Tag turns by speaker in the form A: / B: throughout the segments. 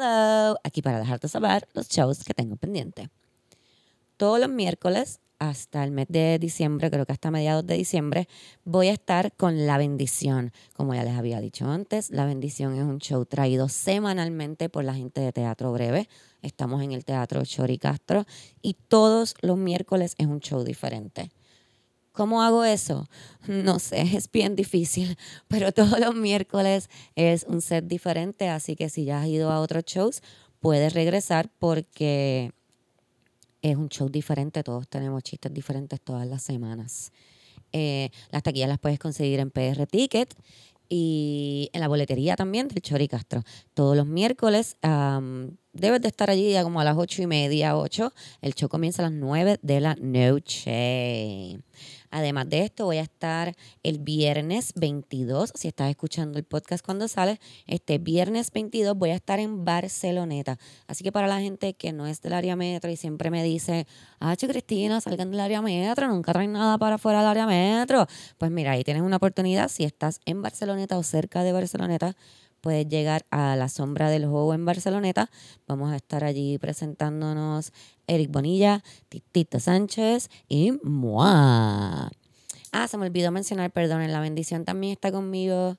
A: Show, aquí para dejarte saber los shows que tengo pendiente. Todos los miércoles hasta el mes de diciembre, creo que hasta mediados de diciembre, voy a estar con La Bendición. Como ya les había dicho antes, La Bendición es un show traído semanalmente por la gente de Teatro Breve. Estamos en el Teatro Chori Castro y todos los miércoles es un show diferente. ¿Cómo hago eso? No sé, es bien difícil, pero todos los miércoles es un set diferente, así que si ya has ido a otros shows, puedes regresar porque es un show diferente, todos tenemos chistes diferentes todas las semanas. Eh, las taquillas las puedes conseguir en PR Ticket y en la boletería también del Chori Castro. Todos los miércoles am, debes de estar allí ya como a las ocho y media, ocho. El show comienza a las nueve de la noche. Además de esto, voy a estar el viernes 22, si estás escuchando el podcast cuando sale, este viernes 22 voy a estar en Barceloneta. Así que para la gente que no es del área metro y siempre me dice, ah, che, Cristina, salgan del área metro, nunca traen nada para fuera del área metro. Pues mira, ahí tienes una oportunidad. Si estás en Barceloneta o cerca de Barceloneta, puedes llegar a la sombra del juego en Barceloneta. Vamos a estar allí presentándonos Eric Bonilla, Titito Sánchez y moi. Ah, se me olvidó mencionar, perdón, en la bendición también está conmigo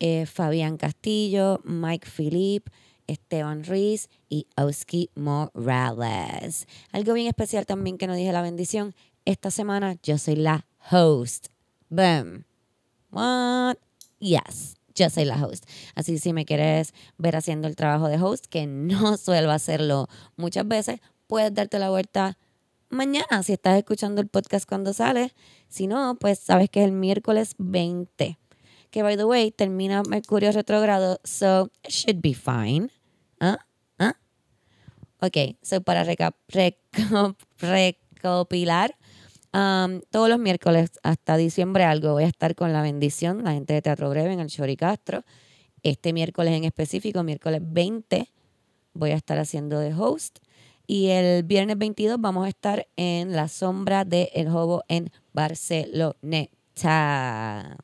A: eh, Fabián Castillo, Mike Philip, Esteban Ruiz y Oski Morales. Algo bien especial también que no dije la bendición. Esta semana yo soy la host. Boom. What? Yes. Yo soy la host. Así si me quieres ver haciendo el trabajo de host, que no suelo hacerlo muchas veces, puedes darte la vuelta mañana si estás escuchando el podcast cuando sale. Si no, pues sabes que es el miércoles 20. Que by the way, termina Mercurio retrógrado, so it should be fine. ¿Ah? ¿Ah? Ok, so para recap- reco- recopilar, um, todos los miércoles hasta diciembre algo voy a estar con La Bendición, la gente de Teatro Breve en el Chori Castro. Este miércoles en específico, miércoles 20, voy a estar haciendo de host. Y el viernes 22 vamos a estar en la sombra de El Jobo en Barceloneta.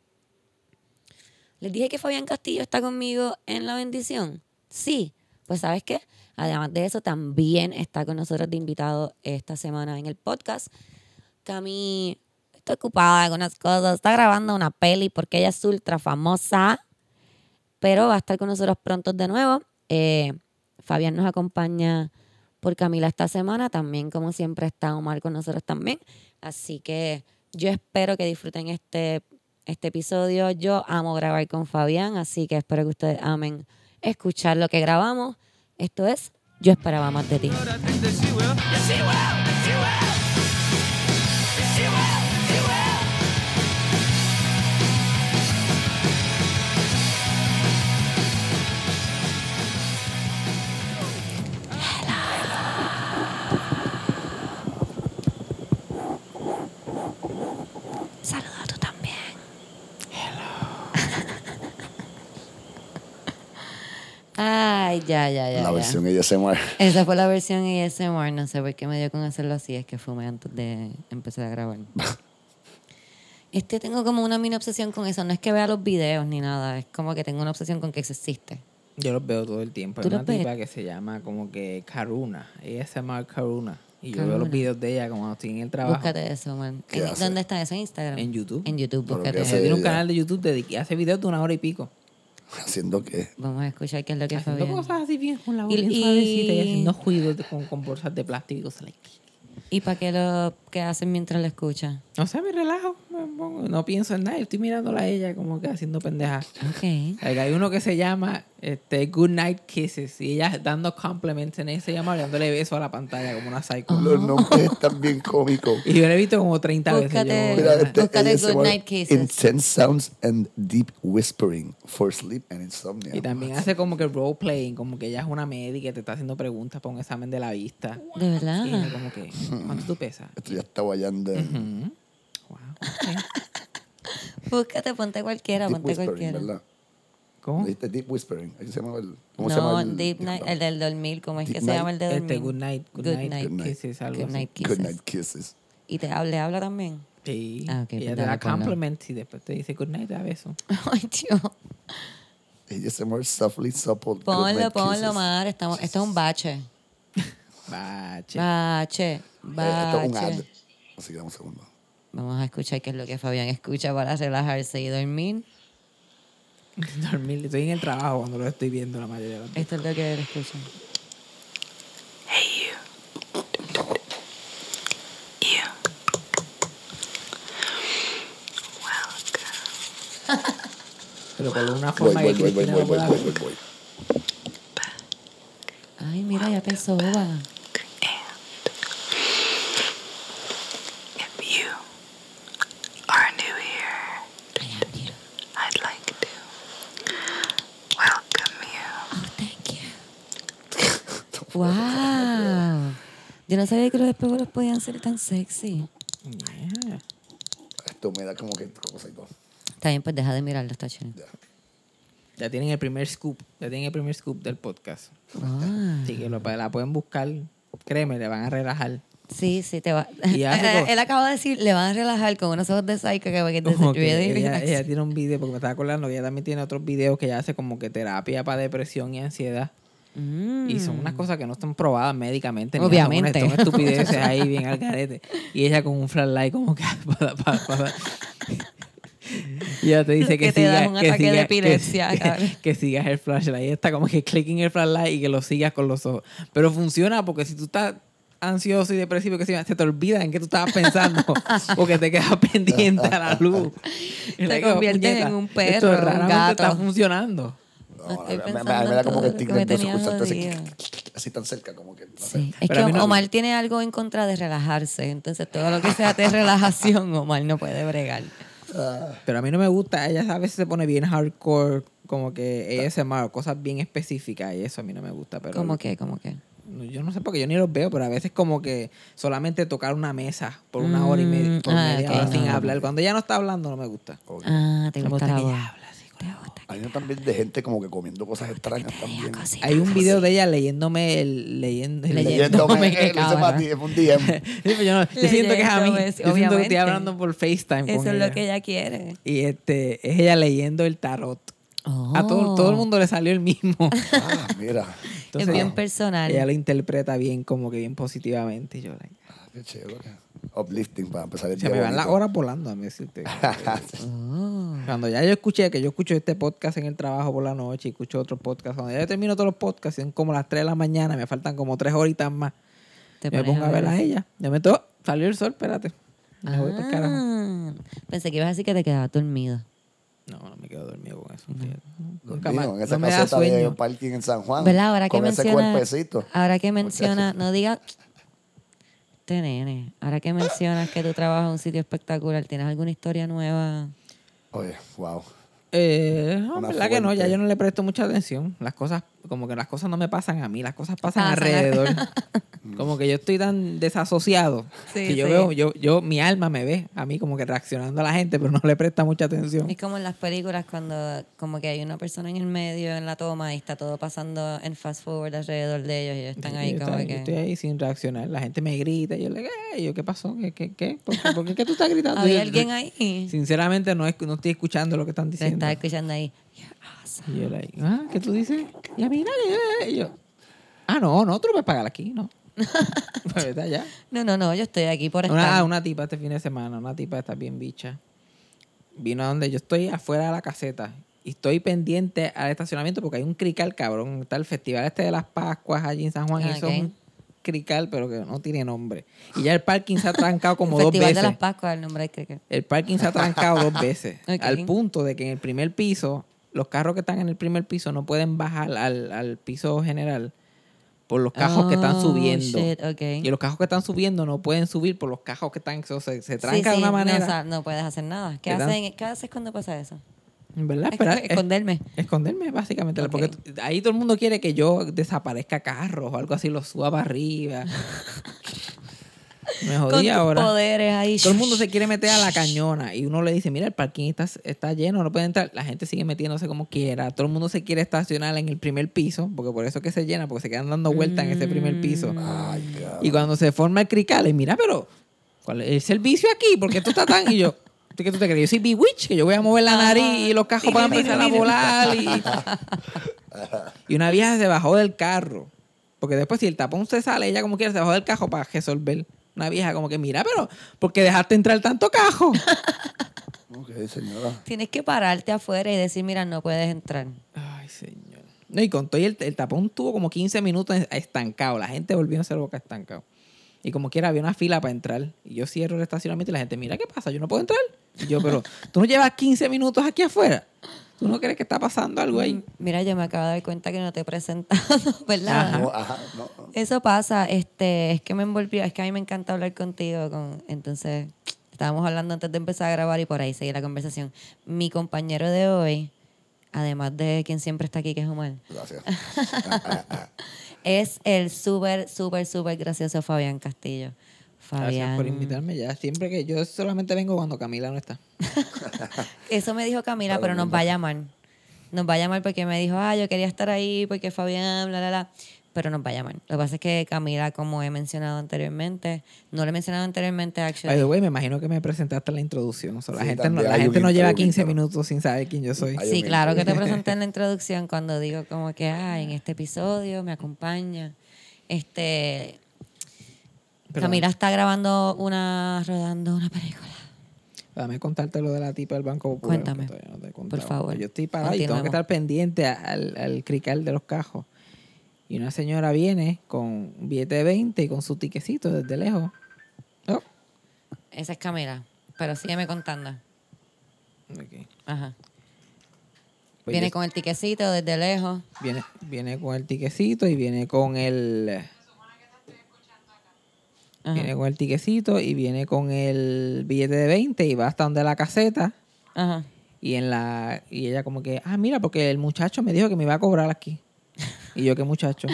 A: Les dije que Fabián Castillo está conmigo en La Bendición. Sí, pues ¿sabes qué? Además de eso, también está con nosotros de invitado esta semana en el podcast. Cami está ocupada con unas cosas, está grabando una peli porque ella es ultra famosa, pero va a estar con nosotros pronto de nuevo. Eh, Fabián nos acompaña por Camila esta semana, también como siempre está Omar con nosotros también. Así que yo espero que disfruten este, este episodio. Yo amo grabar con Fabián, así que espero que ustedes amen escuchar lo que grabamos. Esto es Yo esperaba más de ti. Saluda tú también. Hello. Ay, ya, ya, ya.
B: La
A: ya.
B: versión ella se muere.
A: Esa fue la versión ASMR, no sé por qué me dio con hacerlo así, es que fumé antes de empezar a grabar. Este tengo como una mini obsesión con eso, no es que vea los videos ni nada, es como que tengo una obsesión con que eso existe.
C: Yo los veo todo el tiempo. Hay
A: ¿Tú los
C: una
A: ves?
C: tipa que se llama como que Karuna. Ella se llama Karuna. Y yo veo
A: Karuna.
C: los videos de ella cuando estoy en el trabajo.
A: Búscate eso, man.
B: ¿Qué
A: ¿En-
B: hace?
A: ¿Dónde está eso? ¿En Instagram?
C: En YouTube.
A: En YouTube,
B: Pero
A: búscate.
B: ¿qué
C: Ella
B: hace?
A: eso.
C: tiene un
B: ella.
C: canal de YouTube de, hace videos de una hora y pico.
B: ¿Haciendo qué?
A: Vamos a escuchar qué es lo que
C: Haciendo
A: Fabián.
C: cosas así bien con la voz
A: Y-
C: bien suavecita y
A: y-
C: haciendo juegos de- con, con bolsas de plástico. cosas like.
A: ¿Y para qué lo que hacen mientras lo escuchan?
C: No sé, me relajo. me pongo- no pienso en nada. Estoy mirándola a ella como que haciendo pendejas.
A: Ok.
C: Like, hay uno que se llama este, Good Night Kisses y ella dando compliments en ese llamado, dándole beso a la pantalla como una psycho.
A: Oh.
B: Los nombres están bien cómicos.
C: Y yo lo he visto como 30
A: Búscate-
C: veces. Yo,
B: Mira, este,
A: Búscate
B: ella se
A: Good
B: muere.
A: Night Kisses.
B: Intense sounds and deep whispering for sleep and insomnia.
C: Y también hace como que role playing, como que ella es una médica y te está haciendo preguntas para un examen de la vista.
A: De verdad.
C: Y ella como que, ¿cuánto tú pesas?
B: Esto ya está guayando. en
C: Mm, Wow. ok.
A: Búscate, ponte cualquiera,
B: Deep
A: ponte
B: whispering,
A: cualquiera.
B: ¿verdad?
C: ¿Cómo?
B: Dijiste deep whispering. Ahí se llama el- ¿Cómo se
A: No,
B: llama el-
A: Deep Night, el del dormir, ¿cómo es
B: Deep
A: que se llama el
B: Night,
A: de dormir?
C: Este good night, good,
A: Good
C: night,
A: night.
B: Good night.
C: kisses, algo
A: Good
C: así.
A: night
B: Good
A: kisses.
B: night kisses.
A: Y te habla, habla también.
C: Sí.
A: Ah, ok,
C: Y
A: pues
C: ella te
A: dale,
C: da
A: ponlo.
C: compliments y después te dice good night, te da beso.
A: Ay, Dios.
B: Ella ASMR softly supple. good
A: Ponlo,
B: night
A: ponlo,
B: kisses.
A: Mar. Estamos, esto es un bache.
C: Bache.
A: Bache,
B: Eh, Esto es un ad.
A: bache.
B: Así que dame un segundo.
A: Vamos a escuchar qué es lo que Fabián escucha para relajarse y dormir.
C: Dormir. Estoy en el trabajo cuando lo estoy viendo la mayoría de las veces.
A: Esto es lo que él escucha.
D: you. Welcome.
C: Pero por una
B: Voy,
C: forma
B: voy,
C: que
B: voy, voy,
C: Cristina
B: voy,
C: no
B: voy,
C: pueda-
B: voy, voy, voy.
A: Ay, mira, ya pesó. va.
D: If you are new here,
A: I am you.
D: I'd like to welcome you.
A: Oh, thank you. wow. Yo no sabía que los espejos podían ser tan sexy.
C: Yeah.
B: Esto me da como que cosa y todo.
A: Está bien, pues deja de mirarlo, está chévere.
B: Ya.
C: Ya tienen el primer scoop. Ya tienen el primer scoop del podcast.
A: Ah.
C: Así que lo, la pueden buscar. Créeme, le van a relajar.
A: Sí, sí, te va.
C: Y hace
A: él,
C: como-
A: acaba de decir, le van a relajar con unos ojos de psycho que va a que
C: Como que
A: really
C: ella,
A: relax.
C: ella tiene un video, porque me estaba acordando que ella también tiene otros videos que ella hace como que terapia para depresión y ansiedad.
A: Mm.
C: Y son unas cosas que no están probadas médicamente. ni
A: Obviamente.
C: Son, unas- son estupideces ahí bien al carete. Y ella con un flashlight como que... para- para- para- Y ella te dice que,
A: Que te
C: sigas-
A: da un
C: que
A: ataque de
C: sigas- que-
A: epilepsia,
C: que-
A: cabrón.
C: que sigas el flashlight. Está como que clicking el flashlight y que lo sigas con los ojos. Pero funciona porque si tú estás ansioso y depresivo, que se te olvida en qué tú estabas pensando porque te quedas pendiente a la luz. Y
A: Te
C: la digo,
A: conviertes en
C: "Puñeta,
A: un
C: esto
A: perro, un
C: raramente está
A: gato".
C: funcionando.
B: No,
A: Estoy
B: me- me- me,
A: pensando
B: me da
A: en
B: como que
A: todo lo
B: tic
A: que me
B: de
A: tenía
B: escuchar todo ese
A: jodido.
B: así tan cerca como que no sé.
A: Sí. Es
C: Pero a
A: que
C: mí no-
A: Omar tiene algo en contra de relajarse, entonces todo lo que sea de relajación, Omar no puede bregar.
C: Pero a mí no me gusta. Ella a veces se pone bien hardcore, como que ASMR, cosas bien específicas y eso a mí no me gusta. Pero
A: ¿Cómo que? ¿Cómo que?
C: no, Yo no sé porque yo ni los veo, pero a veces como que solamente tocar una mesa por una hora y media,
A: Mm,
C: por
A: ah,
C: media
A: ok,
C: hora sin
A: no.
C: hablar. Cuando ella no está hablando no me gusta.
A: Ah, te
C: Me
A: gusta la
C: que
A: voz.
C: ella habla así con la voz.
B: Hay uno también de gente como que comiendo cosas extrañas también.
A: Cosita,
C: Hay un
A: cosita.
C: video de ella leyéndome el leyendo. el-
A: Leyendo.
B: Leyéndome,
A: qué
B: eh, lo hice
A: cabrón.
B: para ti, es un DM.
C: Sí, pero yo, no- yo siento que es a mí.
A: Leyéndome, sí,
C: Yo siento que estoy
A: obviamente.
C: hablando por FaceTime.
A: Eso
C: con
A: es
C: ella.
A: lo que ella quiere.
C: Y este, es ella leyendo el tarot. A todo,
A: Oh.
C: todo el mundo le salió el mismo.
B: Ah, mira.
A: es bien personal.
C: Ella lo interpreta bien, como que bien positivamente. y yo, like,
B: Ah, Qué chévere. Uplifting para empezar el
C: se
B: día.
C: me van las
B: bonito.
C: horas volando a mí. decirte.
A: Oh.
C: Cuando ya yo escuché que yo escucho este podcast en el trabajo por la noche y escucho otro podcast, cuando ya yo termino todos los podcasts, son como las 3 de la mañana, me faltan como 3 horitas más.
A: Te
C: me
A: pones
C: pongo a ver a
A: eso.
C: ella. Ya me to salió el sol, espérate. Me voy para el carajo.
A: Ah, pensé que ibas a decir que te quedabas dormido.
C: No, no me quedo dormido con eso. Nunca más.
B: Dormido en esa
C: No me da
B: caseta de
C: sueño.
B: parking en San Juan.
A: ¿Verdad? Ahora que
B: Ah, con ese
A: menciona.
B: cuerpecito.
A: Ahora que menciona, no digas. Este nene, ahora que mencionas que tú trabajas en un sitio espectacular, ¿tienes alguna historia nueva?
B: Oye, wow.
C: Eh, no,
B: Una
C: verdad que no, ya
B: fuente.
C: yo no le presto mucha atención. Las cosas, como que las cosas no me pasan a mí, las cosas pasan
A: Pasan.
C: alrededor. como que yo estoy tan desasociado
A: Sí,
C: que yo
A: sí.
C: veo, yo, yo, mi alma me ve a mí como que reaccionando a la gente, pero no le presta mucha atención.
A: Es como en las películas cuando como que hay una persona en el medio en la toma y está todo pasando en fast forward alrededor de ellos y ellos están
C: Sí,
A: ahí
C: yo
A: como
C: estoy- yo estoy
A: que...
C: ahí sin reaccionar. La gente me grita. y Yo le digo, "Ey", yo, ¿qué pasó? ¿Qué, qué, qué? ¿Por, qué, por qué- qué tú estás gritando?
A: ¿Había
C: Yo-
A: alguien ahí?
C: Sinceramente, no, es, no estoy escuchando lo que están
A: Se
C: diciendo.
A: está escuchando ahí. "You're awesome".
C: Y yo, like, ah, ¿qué tú dices? Y a mí, "No, yo- yo- yo". Ah, no, no, tú lo puedes pagar aquí, ¿no? Pues, ¿verdad? ya.
A: No, no, no, yo estoy aquí por
C: Una,
A: estar.
C: ah, una tipa este fin de semana, una tipa está bien bicha. Vino a donde yo estoy afuera de la caseta y estoy pendiente al estacionamiento porque hay un crical, cabrón. Está el festival este de las Pascuas allí en San Juan. y
A: Ah,
C: eso
A: ok.
C: es un crical, pero que no tiene nombre. Y ya el parking se ha trancado como dos
A: Festival
C: veces.
A: de las Pascuas, el nombre del cricket.
C: El parking se ha trancado dos veces.
A: Ok.
C: Al punto de que en el primer piso, los carros que están en el primer piso no pueden bajar al, al piso general por los cajos que están
A: Oh,
C: subiendo.
A: shit, ok.
C: Y los cajos que están subiendo no pueden subir por los cajos que están. eso se, se
A: Sí,
C: tranca de
A: sí,
C: una
A: No, o
C: manera.
A: sea, no puedes hacer nada. ¿Qué,
C: Te dan-
A: hacen, ¿Qué haces cuando pasa eso?
C: ¿Verdad?
A: Es-
C: Pero-
A: esconderme.
C: es- esconderme, básicamente.
A: Ok.
C: Porque t- ahí todo el mundo quiere que yo desaparezca carros o algo así, los suba para arriba. Me
A: Con
C: jodí
A: tus
C: ahora.
A: poderes ahí.
C: Todo el mundo se quiere meter a la cañona y uno le dice, mira, el parking está, está lleno, no puede entrar. La gente sigue metiéndose como quiera. Todo el mundo se quiere estacionar en el primer piso, porque por eso es que se llena, porque se quedan dando vueltas en ese primer piso.
B: Ay,
C: Y
B: cabrón.
C: cuando se forma el crical, y mira, pero, ¿cuál es el servicio aquí? porque tú estás tan? Y yo, ¿Tú qué tú te crees? Yo soy Bewitch, que yo voy a mover la nariz y los cajos van a empezar a volar. Y, y una vieja se bajó del carro. Porque después, si el tapón se sale, ella como quiera se bajó del cajo para resolver. Una vieja como que, mira, pero, ¿por qué dejaste entrar tanto cajo?
B: Ok, señora.
A: Tienes que pararte afuera y decir, mira, no puedes entrar.
C: Ay, señor. No, y con todo y el, el tapón tuvo como 15 minutos estancado. La gente volvió a hacer boca estancado. Y como quiera, había una fila para entrar. Y yo cierro el estacionamiento y la gente, mira, ¿qué pasa? Yo no puedo entrar. Y yo, pero, ¿tú no llevas 15 minutos aquí afuera? ¿Tú no crees que está pasando algo ahí?
A: Mira, yo me acabo de dar cuenta que no te he presentado, ¿verdad?
B: No, ajá, no.
A: Eso pasa, este, es que me envolvió, es que a mí me encanta hablar contigo, con, entonces estábamos hablando antes de empezar a grabar y por ahí seguí la conversación. Mi compañero de hoy, además de quien siempre está aquí, que es Omar,
B: Gracias. Ah,
A: es el súper, súper, súper gracioso Fabián Castillo.
C: Gracias
A: Fabián.
C: por invitarme ya. Siempre que yo solamente vengo cuando Camila no está.
A: Eso me dijo Camila, pero nos va a llamar. Nos va a llamar porque me dijo, ah, yo quería estar ahí porque Fabián, bla, bla, bla. Pero nos va a llamar. Lo que pasa es que Camila, como he mencionado anteriormente, no lo he mencionado anteriormente,
C: By the
A: actually.
C: way, me imagino que me presentaste en la introducción. So, la
B: Sí,
C: gente, no,
B: también
C: la
B: hay
C: gente
B: un
C: no lleva
B: intro, un
C: 15
B: intro.
C: minutos sin saber quién yo soy.
A: sí,
B: Ay, Dios mío.
A: claro que te presenté en la introducción cuando digo como que, ah, en este episodio me acompaña. Este,
C: Pero
A: Camila está grabando una, rodando una película.
C: Dame contarte lo de la tipa del Banco Popular. que
A: Cuéntame.
C: todavía no te he
A: Por
C: contado.
A: favor.
C: Yo estoy parado y tengo
A: Continuemos.
C: que estar pendiente al, al crical de los cajos. Y una señora viene con un billete de 20 y con su tiquecito desde lejos. Oh,
A: Esa es Camila, pero sígueme contando.
C: ok.
A: Ajá.
C: Pues
A: Viene
C: yo-
A: con el tiquecito desde lejos.
C: viene, viene con el tiquecito y viene con el...
A: Ajá.
C: Viene con el tiquecito y viene con el billete de 20 y va hasta donde la caseta.
A: Ajá.
C: Y en la y ella como que, ah, mira, porque el muchacho me dijo que me iba a cobrar aquí. Y yo, ¿qué muchacho?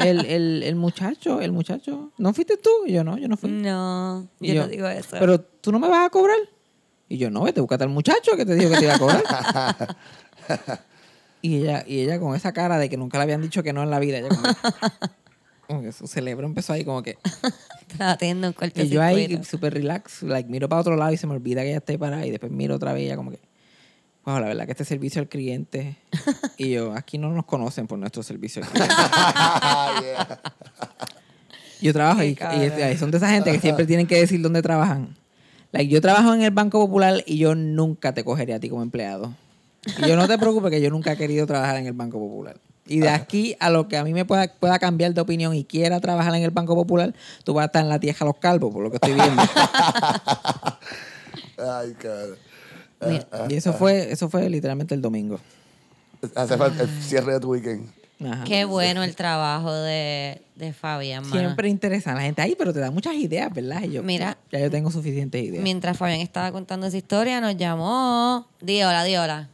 C: El, el, el muchacho, el muchacho. ¿No fuiste tú? Y yo, no, yo no fui.
A: No,
C: Y
A: Mm, yo, no digo eso.
C: Pero tú no me vas a cobrar. Y yo, no, vete, búscate al muchacho que te dijo que te iba a cobrar. y, ella, y ella con esa cara de que nunca le habían dicho que no en la vida. Ella como, que- como que su cerebro empezó ahí como que...
A: Estaba teniendo un corte
C: Y yo ahí súper relax, like, miro para otro lado y se me olvida que ya estoy parada y después miro otra vez y ya como que, wow, la verdad que este servicio al cliente y yo, aquí no nos conocen por nuestro servicio al cliente.
B: ah. Yeah.
C: Yo trabajo
A: Qué
C: y, y es-
A: cabrón.
C: son de esa gente que siempre tienen que decir dónde trabajan. Like, yo trabajo en el Banco Popular y yo nunca te cogería a ti como empleado. Y yo no te preocupes que yo nunca he querido trabajar en el Banco Popular.
A: Ah.
C: Y de aquí a lo que a mí me pueda, pueda cambiar de opinión y quiera trabajar en el Banco Popular, tú vas a estar en la tierra a los calvos, por lo que estoy viendo.
B: Ay, cara. Ah,
C: Y eso fue, eso fue literalmente el domingo.
B: Hace falta el cierre de tu weekend.
A: Ah,
C: Ajá.
A: Qué bueno el trabajo de, de Fabián, mano.
C: Siempre interesan la gente ahí, pero te da muchas ideas, ¿verdad? Y yo,
A: Mira.
C: Ya yo tengo suficientes ideas.
A: Mientras Fabián estaba contando esa historia, nos llamó. Di hola, di hola.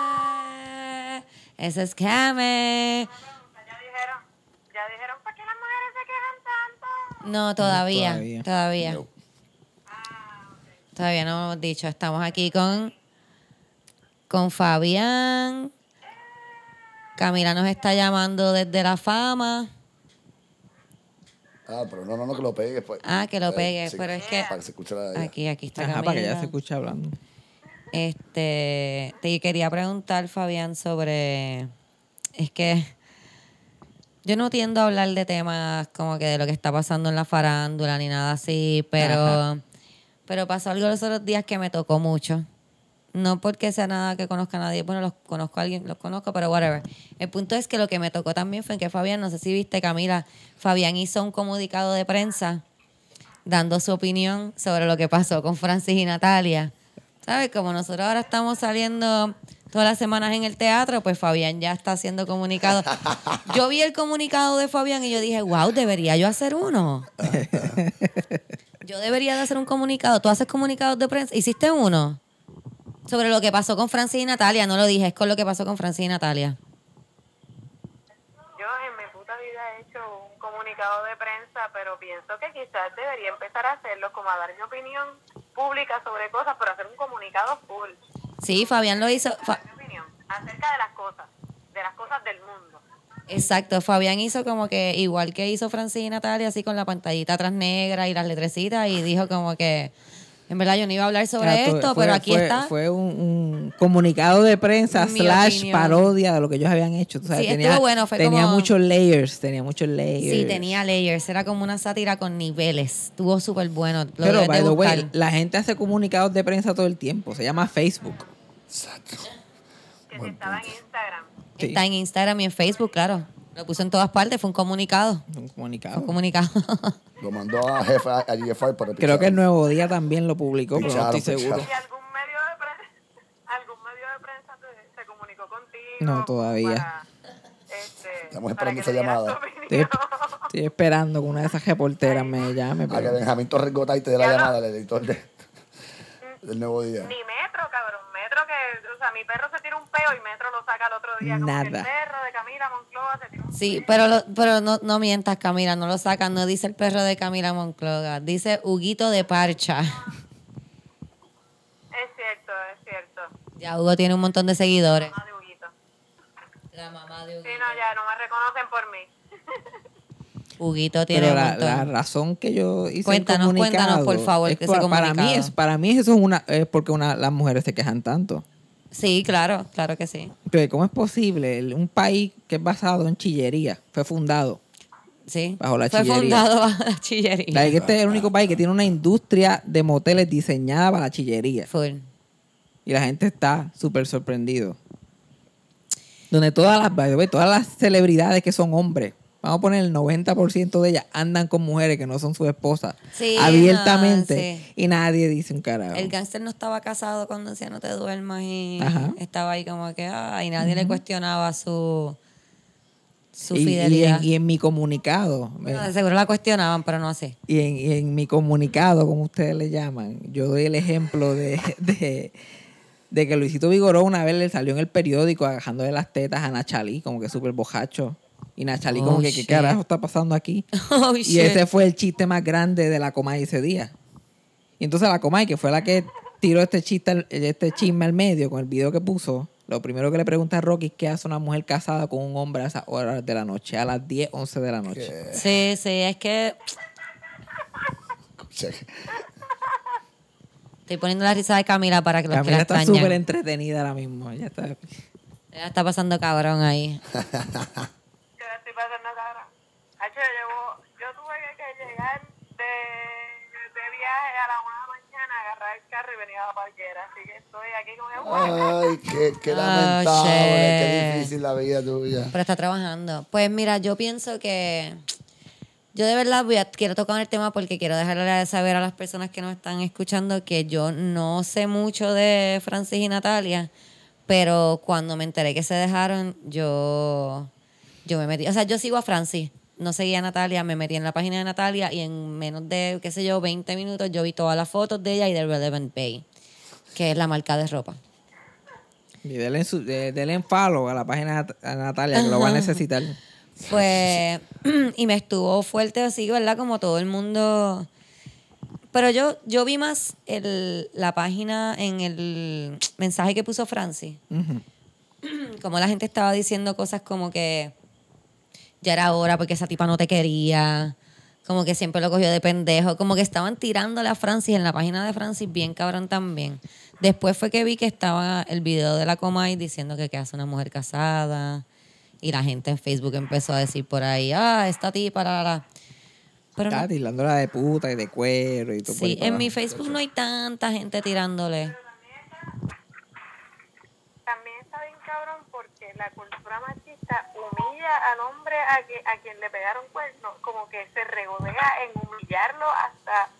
A: Ah, ese es Kame.
E: Ya dijeron, ya dijeron, ¿por qué las mujeres se quejan tanto?
A: No, todavía,
C: Todavía.
A: todavía. Todavía. no hemos dicho. Estamos aquí con, con Fabián. Camila nos está llamando desde la fama.
B: Ah, pero no, no, no, que lo pegues. Pues.
A: Ah, que lo
B: Eh,
A: pegues,
B: sí,
A: pero es que-
B: Para que se escuche la de
A: Aquí, aquí está
C: Ajá,
A: Camila.
C: para que ya se escuche hablando.
A: Este, te quería preguntar, Fabián, sobre. Es que yo no tiendo a hablar de temas como que de lo que está pasando en la farándula ni nada así, pero,
C: Ajá.
A: pero pasó algo los otros días que me tocó mucho. No porque sea nada que conozca a nadie, bueno, los conozco a alguien, los conozco, pero whatever. El punto es que lo que me tocó también fue que Fabián, no sé si viste, Camila, Fabián hizo un comunicado de prensa dando su opinión sobre lo que pasó con Francis y Natalia. ¿Sabes? Como nosotros ahora estamos saliendo todas las semanas en el teatro, pues Fabián ya está haciendo comunicado. Yo vi el comunicado de Fabián y yo dije, wow, debería yo hacer uno. Yo debería de hacer un comunicado. ¿Tú haces comunicados de prensa? ¿Hiciste uno? Sobre lo que pasó con Francis y Natalia. No lo dije, es con lo que pasó con Francis y Natalia.
E: Yo en mi puta vida he hecho un comunicado de prensa, pero pienso que quizás debería empezar a hacerlo, como a dar mi opinión pública sobre cosas, pero hacer un comunicado full.
A: Sí, Fabián lo hizo.
E: Dar
A: Fa-
E: mi opinión acerca de las cosas, de las cosas del mundo.
A: Exacto, Fabián hizo como que, igual que hizo Francina y Natalia, así con la pantallita atrás negra y las letrecitas, y dijo como que, en verdad yo no iba a hablar sobre
C: Exacto,
A: esto,
C: fue-
A: pero aquí
C: fue-
A: está.
C: Fue un, un comunicado de prensa
A: Mi
C: slash
A: opinión.
C: parodia de lo que ellos habían hecho. Tú sabes,
A: Sí,
C: tenía,
A: estuvo bueno, fue
C: tenía
A: como-
C: muchos layers, tenía muchos layers.
A: sí, tenía layers, era como una sátira con niveles, estuvo súper bueno. Lo
C: Pero,
A: debes
C: by
A: de
C: the
A: buscar.
C: way, la gente hace comunicados de prensa todo el tiempo. Se llama Facebook.
B: Exacto.
E: que se
B: Buen
E: estaba en
B: punto.
E: Instagram.
C: Sí,
A: Está en Instagram y en Facebook, claro. Lo puso en todas partes, fue un comunicado.
C: un
A: Fue
C: comunicado.
A: un comunicado.
B: Lo mandó a jefe a GFR para
C: Creo
B: pichar.
C: que el Nuevo Día también lo publicó, pero no
B: Picharon,
C: estoy seguro.
E: ¿Y algún medio de prensa, algún medio de prensa te- se comunicó contigo?
C: No, todavía.
E: para, este,
B: Estamos esperando
E: para que le
B: esa
E: dieras
B: llamada.
E: tu
C: Estoy,
E: opinión.
C: estoy esperando que una de esas reporteras me llame.
B: A que
C: pero-
B: Benjamín Torres Gotay te dé la
E: Ya no.
B: llamada, el editor de- del Nuevo Día.
E: Ni metro, cabrón. Metro que, o sea, mi perro se tira un peo y metro lo saca al otro día. Como que
C: Nada.
E: el perro de Camila Moncloa se tira un
A: Sí, pues. pero, lo- pero no, no mientas, Camila, no lo sacan. No dice el perro de Camila Moncloa, dice Huguito de Parcha.
E: Es cierto, es cierto.
A: Ya Hugo tiene un montón de seguidores.
E: Mamá de Huguito.
A: La mamá de
E: Sí, no, ya, no me reconocen por mí.
A: Huguito tiene
C: Pero
A: un
C: la,
A: montón.
C: la razón que yo hice
A: Cuéntanos,
C: el comunicado
A: cuéntanos, por favor,
C: es
A: que
C: por-
A: ese
C: para mí
A: comunicado.
C: es para mí eso es una es porque una, las mujeres se quejan tanto.
A: Sí, claro, claro que sí.
C: Pero, ¿Cómo es posible El- un país que es basado en chillería fue fundado?
A: Sí.
C: Bajo la
A: Fue
C: chillería.
A: fundado bajo la chillería.
C: Like, este es el único país que tiene una industria de moteles diseñada para la chillería
A: Full.
C: y la gente está súper sorprendido. Donde todas las by the way, todas las celebridades que son hombres Vamos a poner el 90% de ellas andan con mujeres que no son su esposa
A: Sí, no,
C: abiertamente
A: sí.
C: y nadie dice un carajo.
A: El gángster no estaba casado cuando decía no te duermas y
C: Ajá.
A: estaba ahí como que, ah, y nadie le cuestionaba su, su
C: y, eh. y
A: fidelidad.
C: en, y en mi comunicado, me-
A: Bueno, de seguro la cuestionaban, pero no así.
C: y, en, y en mi comunicado, como ustedes le llaman, yo doy el ejemplo de, de, de que Luisito Vigoró una vez le salió en el periódico agajando de las tetas a Nachalí, como que súper bojacho. Y Nachalí
A: Oh,
C: como que, ¿qué
A: shit.
C: carajo está pasando aquí?
A: Oh,
C: y este
A: shit.
C: ese fue el chiste más grande de la Comay ese día. Y entonces la Comay, que fue la que tiró este, chiste, al- este chisme al medio con el video que puso, lo primero que le pregunta a Rocky es qué hace una mujer casada con un hombre a esas horas de la noche, a las 10, 11 de la noche.
A: Sí, sí, es que
B: Che,
A: estoy poniendo la risa de Camila para que los
C: Camila
A: que
C: está
A: la
C: súper
A: extrañan.
C: entretenida ahora mismo. Ella está...
A: Ella está pasando cabrón ahí.
E: Yo la estoy pasando cara. Hacho, yo, llevo- yo tuve que, que llegar de, de viaje a la una de la mañana, agarrar el carro y venir a la parquera. Así que estoy aquí con el...
B: Ay, qué, qué
A: Oh,
B: lamentable, qué
A: shit.
B: difícil la vida tuya.
A: Pero está trabajando. Pues mira, yo pienso que yo de verdad voy a- quiero tocar el tema porque quiero dejarle de saber a las personas que nos están escuchando que yo no sé mucho de Francis y Natalia, pero cuando me enteré que se dejaron, yo, yo me metí. O sea, yo sigo a Francis. No seguía a Natalia, me metí en la página de Natalia y en menos de, qué sé yo, 20 minutos yo vi todas las fotos de ella y de Relevant Bay, que es la marca de ropa.
C: Y denle, su- de- denle en follow a la página de Nat- a Natalia, que lo va a necesitar.
A: Pues, y me estuvo fuerte así, ¿verdad? Como todo el mundo. Pero yo, yo vi más el, la página en el mensaje que puso Francis. Como la gente estaba diciendo cosas como que ya era hora porque esa tipa no te quería. Como que siempre lo cogió de pendejo. Como que estaban tirándole a Francis en la página de Francis, bien cabrón también. Después fue que vi que estaba el video de la Comay diciendo que qué hace una mujer casada. Y la gente en Facebook empezó a decir por ahí, ah, esta tipa, la, la, la". Pero no-
C: Está tirándola de puta y de cuero y todo. por ahí
A: sí,
C: para
A: en mi
C: abajo.
A: Facebook no hay tanta gente tirándole.
E: También está bien cabrón porque la cultura machista humilla al hombre a, que, a quien le pegaron cuerno, como que se regodea en humillarlo hasta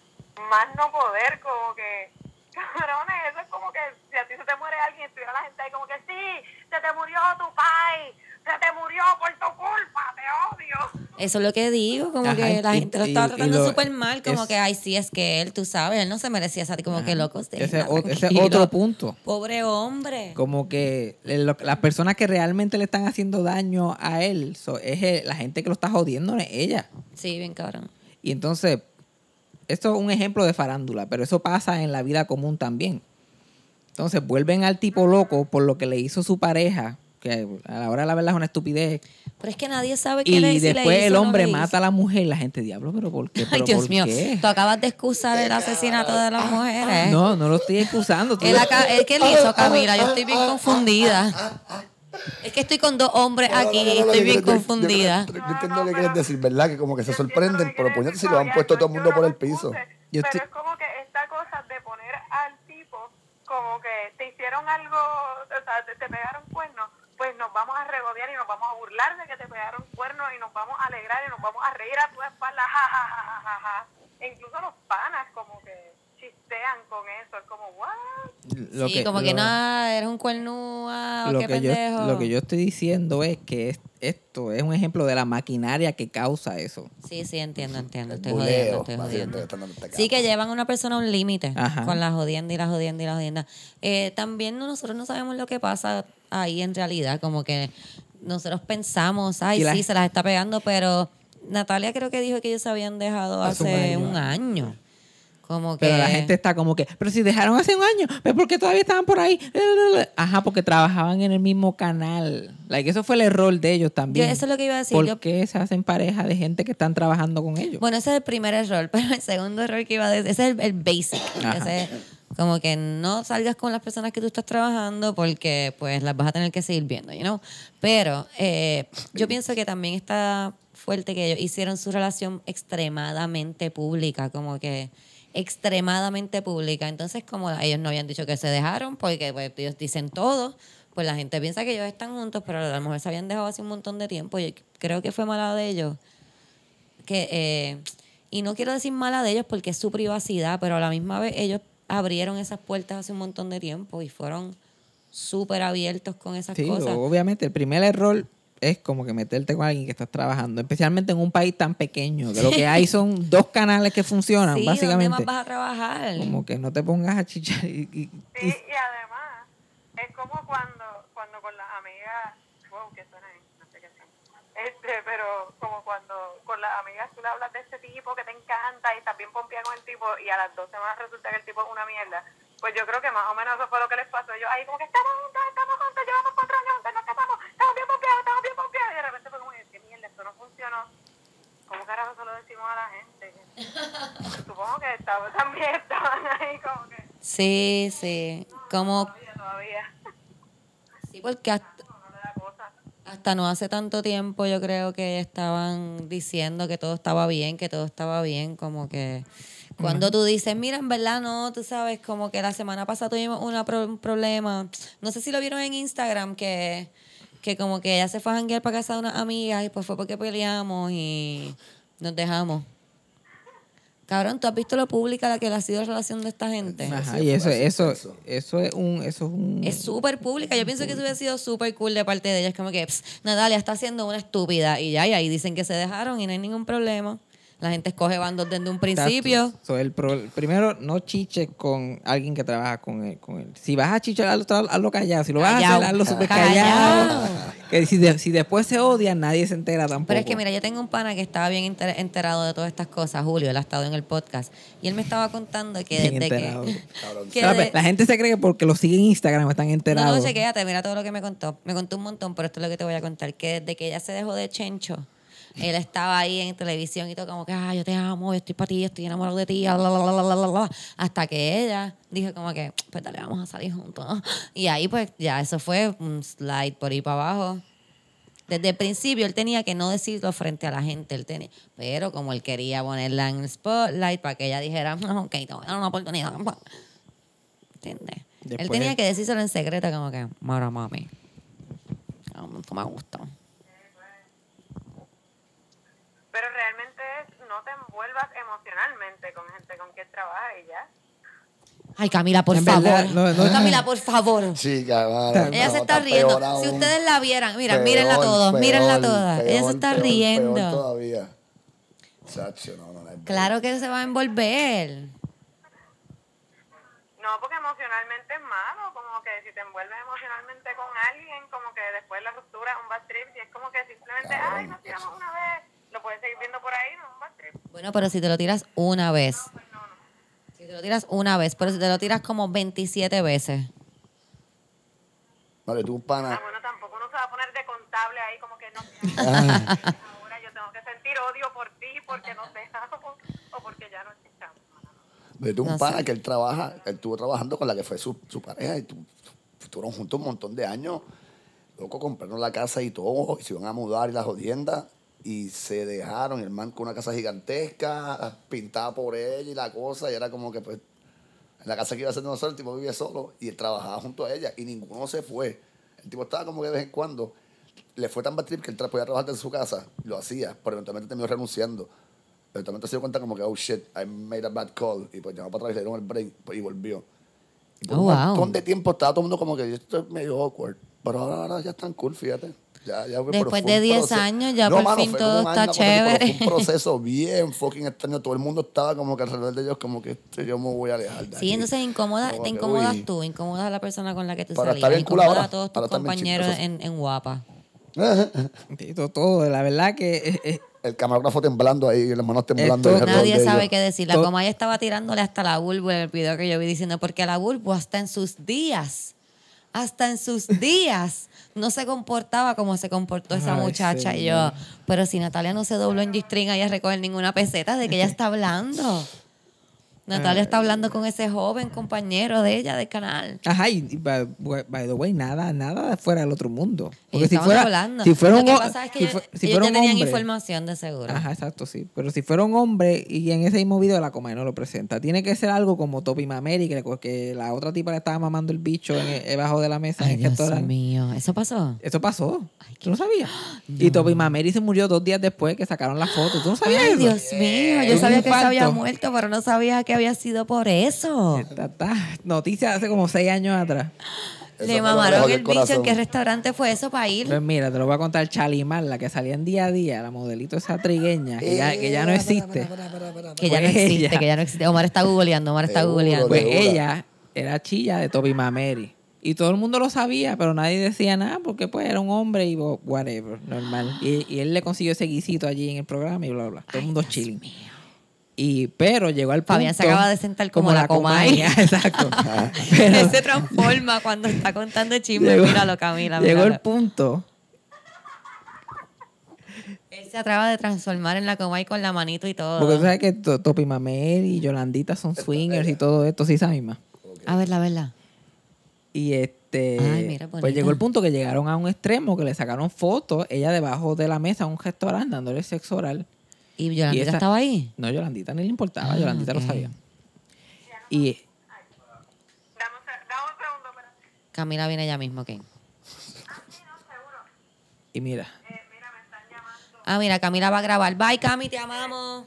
E: más no poder, como que, cabrones, eso es como que si a ti se te muere alguien, estuviera la gente ahí como que sí, se te murió tu país, se te murió por tu culpa, te odio.
A: Eso es lo que digo, como
C: Ajá,
A: que la
C: y-
A: gente lo
C: y-
A: estaba
C: y
A: tratando
C: lo-
A: súper mal, como
C: es-
A: que, ay, sí, es que él, tú sabes, él no se merecía esa, como que loco.
C: Ese es
A: déjenla
C: o- ese es
A: tranquila.
C: otro punto.
A: Pobre hombre.
C: Como que eh, lo- las personas que realmente le están haciendo daño a él so- es el- la gente que lo está jodiendo, no es ella.
A: Sí, bien cabrón.
C: Y entonces, esto es un ejemplo de farándula, pero eso pasa en la vida común también. Entonces, vuelven al tipo loco por lo que le hizo su pareja que a la hora de la verdad es una estupidez.
A: Pero es que nadie sabe qué
C: Y
A: le- si le
C: después
A: hizo o
C: el
A: no
C: hombre
A: le hizo.
C: mata a la mujer, la gente, diablo, pero ¿por qué?
A: Ay,
C: ¿Pero
A: Dios
C: por
A: mío.
C: qué?"
A: Tú acabas de excusar el asesinato de las mujeres.
C: No, no lo estoy excusando. tú-
A: Él acá- él que le hizo, Camila? Yo estoy bien confundida. Es que estoy con dos hombres aquí y estoy bien confundida.
B: Yo entiendo lo que quieres decir, ¿verdad? Que como que se sorprenden, pero puñete si lo han puesto todo el mundo por el piso.
C: Yo
E: Yo
C: estoy-
E: Pero es como que esta cosa de poner al tipo como que te hicieron algo, o sea, te, te pegaron cuernos, pues nos vamos a regodear y nos vamos a burlar de que te pegaron cuernos y nos vamos a alegrar y nos vamos a reír a tu espalda, ja, ja, ja, ja, ja, ja. E incluso los panas como que chistean con eso, es como, what?
C: lo
A: sí, como que
C: lo-
A: nada, eres un cuernúa, o
C: lo
A: qué
C: que, yo,
A: Ah, pendejo.
C: lo que yo estoy diciendo es que es- esto es un ejemplo de la maquinaria que causa eso.
A: Sí, sí, entiendo, entiendo.
B: El
A: Estoy
B: buleo,
A: jodiendo, estoy
B: más bien,
A: jodiendo.
B: te están dando esta
A: Sí,
B: cama.
A: que llevan a una persona a un límite
C: Ajá.
A: con la jodienda y la jodienda y la jodienda. Eh, también no- nosotros no sabemos lo que pasa ahí en realidad, como que nosotros pensamos, ay,
C: Y la-
A: sí, se las está pegando, pero Natalia creo que dijo que ellos se habían dejado
C: Hace
A: hace,
C: un año.
A: un año. Como que...
C: Pero la gente está como que, pero si dejaron hace un año, ¿pero ¿por qué todavía estaban por ahí? Ajá, porque trabajaban en el mismo canal. Like, eso fue el error de ellos también.
A: Yo- eso es lo que iba a decir,
C: ¿Por
A: yo-
C: qué se hacen pareja de gente que están trabajando con ellos?
A: Bueno, ese es el primer error, pero el segundo error que iba a decir, ese es el, el basic.
C: Ajá.
A: Ese es como que no salgas con las personas que tú estás trabajando porque pues las vas a tener que seguir viendo, you know? Pero eh, yo pienso que también está fuerte que ellos hicieron su relación extremadamente pública, como que extremadamente pública. Entonces, como ellos no habían dicho que se dejaron, porque pues, ellos dicen todo, pues la gente piensa que ellos están juntos, pero a lo mejor se habían dejado hace un montón de tiempo. Yo creo que fue mala de ellos que eh, y no quiero decir mala de ellos porque es su privacidad, pero a la misma vez ellos abrieron esas puertas hace un montón de tiempo y fueron súper abiertos con esas
C: Sí,
A: cosas.
C: obviamente, el primer error es como que meterte con alguien que estás trabajando, especialmente en un país tan pequeño, que lo que hay son dos canales que funcionan,
A: Sí,
C: básicamente.
A: ¿dónde más vas a trabajar?
C: Como que no te pongas a chichar y, y- y-
E: Sí, y además, es como cuando, cuando con las amigas, wow, que suena, ahí, no sé qué suena. Este, pero como cuando con las amigas tú le hablas de este tipo que te encanta y estás bien pompeada con el tipo y a las dos semanas resulta que el tipo es una mierda. Pues yo creo que más o menos eso fue lo que les pasó. Ellos ahí como que estamos juntos, estamos juntos, llevamos cuatro años juntos, nos casamos, estamos bien pompeados, estamos bien pompeados. Y de repente fue como, "Oye, qué mierda, esto no funcionó. ¿Cómo carajo se lo decimos a la gente? Supongo que estaban también, estaban ahí como que...
A: Sí, sí. Como,
E: Todavía, todavía.
A: sí, porque hasta,
E: No, no le da cosa.
A: hasta no hace tanto tiempo yo creo que estaban diciendo que todo estaba bien, que todo estaba bien, como que cuando tú dices, mira, en verdad no, tú sabes, como que la semana pasada tuvimos una pro- un problema, no sé si lo vieron en Instagram, que, que como que ella se fue a janguear para casa de unas amigas y pues fue porque peleamos y nos dejamos. Cabrón, ¿tú has visto lo pública la que ha sido la relación de esta gente?
C: Ajá,
B: sí,
C: y eso,
B: fue así,
C: eso,
B: eso.
C: eso es un, eso es un
A: Es súper pública. Yo pienso que eso hubiera sido súper cool de parte de ellos. Como que, "Ps, Natalia está siendo una estúpida. Y ya, y ahí dicen que se dejaron y no hay ningún problema. La gente escoge bandos desde un principio.
C: Exacto. So, el pro- primero, no chiches con alguien que trabaja con él. Con él. Si vas a chichar, hazlo, tra- hazlo callado. Si lo vas
A: Callao.
C: a hacer, hazlo súper
A: Callao.
C: callado. Que si, de- si después se odian, nadie se entera tampoco.
A: Pero es que, mira, yo tengo un pana que estaba bien enter- enterado de todas estas cosas, Julio, él ha estado en el podcast. Y él me estaba contando que
C: Bien
A: desde
C: enterado.
A: que.
B: Cabrón.
A: que
C: O sea,
A: de-
C: La gente se cree que porque lo siguen en Instagram están
A: No,
C: enterados.
A: no, chequéate, mira todo lo que me contó. Me contó un montón, pero esto es lo que te voy a contar. Que desde que ella se dejó de Chencho, él estaba ahí en televisión y todo como que, ah, yo te amo, yo estoy para ti, yo estoy enamorado de ti, la, la, la, la, la, la, la". Hasta que ella dijo como que, pues dale, vamos a salir juntos. ¿no? Y ahí pues ya eso fue un slide por ahí para abajo. Desde el principio él tenía que no decirlo frente a la gente, él tenía, pero como él quería ponerla en el spotlight para que ella dijera, "Ah, ok, te voy a dar una oportunidad. ¿Entiendes? él
C: Después-
A: tenía que decírselo en secreto, como que, Mara mami, no no me gusta.
E: Pero realmente es, no te envuelvas emocionalmente con gente con quien trabajas y ya.
A: Ay, Camila, por
C: En
A: favor.
C: verdad, no, no.
A: Camila, por favor.
B: Chica, mano,
C: Ella
A: Ella
B: no,
A: se está riendo.
B: peor aún.
A: si ustedes la vieran, mira,
B: Peor,
A: mírenla todos,
B: peor,
A: mírenla todas.
B: peor,
A: Ella se está
B: peor,
A: riendo.
B: Peor todavía. Chacho, no, no, no. es
A: Claro que se va a envolver.
E: No, porque emocionalmente es malo, como que si te envuelves emocionalmente con alguien, como que después de la ruptura, un bad trip, y es como que simplemente, ay, nos tiramos una vez, lo puedes seguir viendo por ahí, no, un bad trip.
A: Bueno, pero si te lo tiras una vez.
E: Pues no, no.
A: Si te lo tiras una vez, pero si te lo tiras como 27 veces.
B: Vale, tú, pana.
E: Ah, bueno, tampoco uno se ahí como que no
B: Ah.
E: Ahora yo tengo que sentir odio por ti porque no te amo o porque ya no te amo.
B: Yo tengo un
A: No sé.
B: pana que él trabaja, él estuvo trabajando con la que fue su, su pareja y tu- estuvieron juntos un montón de años. Loco, compraron la casa y todo, y se iban a mudar y la jodienda. Y se dejaron, y el man con una casa gigantesca, pintada por ella y la cosa, y era como que pues en la casa que iba a ser de nosotros, el tipo vivía solo y él trabajaba junto a ella y ninguno se fue. El tipo estaba como que de vez en cuando. Le fue tan bad trip que él tra- podía trabajar desde su casa, lo hacía, pero eventualmente terminó renunciando. Eventualmente se dio cuenta como que, oh shit, I made a bad call. Y pues llamó para atrás y le dieron el break pues, y volvió. Y por
A: Oh,
B: un
A: wow.
B: montón de tiempo estaba todo el mundo como que esto es medio awkward. Pero ahora, ahora ya están cool, fíjate. Ya, ya, pero
A: Después
B: fue
A: de
B: un
A: 10
B: proceso-
A: años, ya por fin
B: fue como
A: todo
B: un
A: está
B: año, una cosa así, pero
A: chévere.
B: Fue un proceso bien fucking extraño. Todo el mundo estaba como que alrededor de ellos, como que este, yo me voy a alejar de
A: Sí,
B: aquí.
A: entonces incomoda,
B: Como
A: te
B: que,
A: incomodas
B: uy.
A: tú, incomodas a la persona con la que te
B: Pero está
A: salías,
B: bien cool
A: incomodas
B: ahora.
A: a todos tus
B: Ahora está bien chido,
A: compañeros
B: eso sí.
A: en, en guapa.
C: Sí, Todo, todo, la verdad que eh, eh,
B: El camarógrafo temblando ahí, las manos temblando.
C: Esto-
B: alrededor
A: Nadie
B: de
A: sabe
B: ellos.
A: qué decir. La
C: Todo-
A: Comay estaba tirándole hasta la vulva en el video que yo vi diciendo, porque la vulva hasta en sus días, hasta en sus días, no se comportaba como se comportó esa
C: Ay,
A: muchacha. Y yo,
C: señor.
A: pero si Natalia no se dobló en G-String, ella recoger ninguna peseta de que ella está hablando. Natalia
C: Eh.
A: está hablando con ese joven compañero de ella del canal.
C: Ajá, y y by, by the way, nada, nada fuera del otro mundo.
A: Y
C: Porque si
A: estaban
C: fuera,
A: hablando.
C: si fuera
A: Lo
C: un
A: que
C: ho-
A: pasa es que
C: si
A: ellos-
C: fue- si
A: ellos
C: fuera
A: ya
C: un
A: tenían
C: hombre-
A: información de seguro.
C: Ajá, exacto, sí. Pero si fuera un hombre y en ese mismo video la coma no lo presenta, tiene que ser algo como Topi Mameri, que, le co- que la otra tipa le estaba mamando el bicho en- e-, debajo de la mesa en
A: Ay,
C: el
A: Dios
C: restaurante.
A: mío, ¿eso pasó?
C: Eso pasó. ¿Tú no sabías? Y Topi Mameri se murió dos días después que sacaron la foto. ¿Tú no sabías
A: Ay,
C: eso?
A: Dios mío, yo
C: Un
A: sabía que se había
C: infarto.
A: muerto, pero no sabía que había sido por eso.
C: Ta- ta, Noticia hace como seis años atrás.
B: Eso fue
A: Le
B: lo mejor
A: mamaron
B: del
A: el bicho, ¿en
B: corazón.
A: qué restaurante fue eso para ir?
C: Pues mira, te lo voy a contar Chalimar, la que salía en día a día, la modelito esa trigueña, que ya, que ya no existe.
A: Que ya Eh, no
C: Pues
A: existe,
C: ella.
A: que ya no existe. Omar está googleando, Omar está
B: Seguro,
A: googleando.
C: Pues
B: Segura.
C: ella era chilla de Toby Mameri. Y todo el mundo lo sabía, pero nadie decía nada porque pues era un hombre y bo- whatever, normal. Y, y él le consiguió ese guisito allí en el programa y bla, bla, bla. Todo el mundo chilling. Y, pero llegó al punto...
A: Fabián se acaba de sentar como la Comay.
C: Comay, Exacto. Pero-
A: Él se transforma cuando está contando chismes.
C: Llegó-
A: míralo, Camila.
C: Llegó
A: míralo.
C: el punto.
A: Él se acaba de transformar en la Comay con la manito y
C: Porque tú
A: todo.
C: sabes que To- Topi Mameri y Yolandita son swingers y todo esto, sí, esa misma.
A: A ver, la verdad.
C: Y este,
A: Ay, mira, bonita.
C: pues llegó el punto que llegaron a un extremo que le sacaron fotos, ella debajo de la mesa, a un restaurante, dándole sexo oral.
A: ¿Y
C: Y
A: Yolandita
C: esa-
A: estaba ahí?
C: No, Yolandita ni le importaba,
A: Ah,
C: Yolandita
A: ok.
C: lo sabía. Y
E: Dame un, se- dame un segundo, pero
A: Camila viene ya mismo, ok.
C: y mira,
A: Ah, mira, Camila va a grabar. Bye, Cami, te amamos.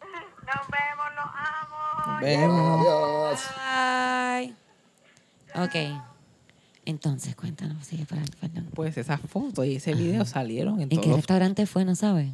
E: nos vemos, los amo.
C: vemos.
B: Adiós.
A: Bye. Ok. Entonces, cuéntanos, sigue para perdón.
C: pues esas fotos y ese video salieron en
A: ¿En qué
C: todos.
A: restaurante fue? No sabes.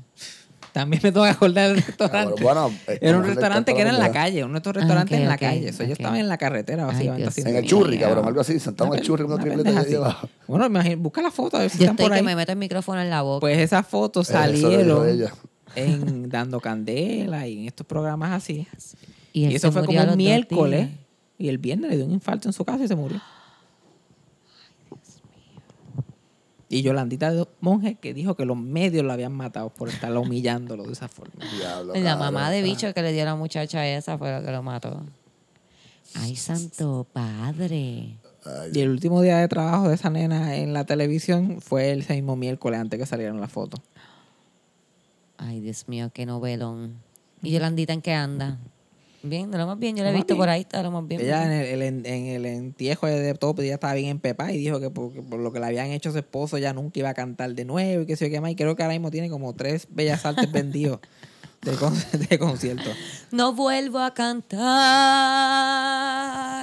C: También me tengo que acordar del
B: Ah,
C: restaurante.
B: pero bueno, eh,
C: era un
B: estamos
C: restaurante que era en la
B: ya.
C: calle, uno de estos restaurantes
A: Ah, ok,
C: en la
A: ok,
C: calle. Eso yo
A: ok.
C: estaba en la carretera,
A: Ay,
C: básicamente.
A: Dios
C: haciendo
B: En el
A: mío.
B: churri, cabrón, algo así. Sentamos
C: Una
B: en el churri,
C: per-
B: unos
C: una
B: tripletes
C: pendeja
B: ahí
C: así.
B: abajo.
C: Bueno, imagina- busca la foto a ver si
A: Yo
C: están
A: estoy
C: por
A: que
C: ahí.
A: me meto el micrófono en la boca.
C: Pues esas fotos
B: Eh, Eso lo dijo
C: salieron
B: ella.
C: en Dando Candela y en estos programas así.
A: y
C: Pues, Y,
A: él se
C: eso fue
A: murió
C: como
A: a los dos
C: el miércoles.
A: días.
C: Y el viernes le dio un infarto en su casa y se murió. Y Yolandita de Monge que dijo que los medios lo habían matado por estarla humillándolo de esa forma.
B: Diablo,
A: La mamá
B: cabrón.
A: de bicho que le dio a la muchacha esa fue la que lo mató. Ay, santo padre.
B: Ay,
C: Y el último día de trabajo de esa nena en la televisión fue el mismo miércoles antes que salieran las fotos.
A: Ay, Dios mío, qué novelón. ¿Y Yolandita en qué anda? Bien, de lo más bien. Yo la he
C: Lo más
A: visto
C: bien.
A: por ahí, está de lo más bien.
C: Ella en el, el- en el entierro de Top ella estaba bien empepada y dijo que por, que por lo que le habían hecho a su esposo ya nunca iba a cantar de nuevo y que sé yo qué más. Y creo que ahora mismo tiene como tres bellas artes vendidos de, con- de conciertos.
A: No vuelvo a cantar.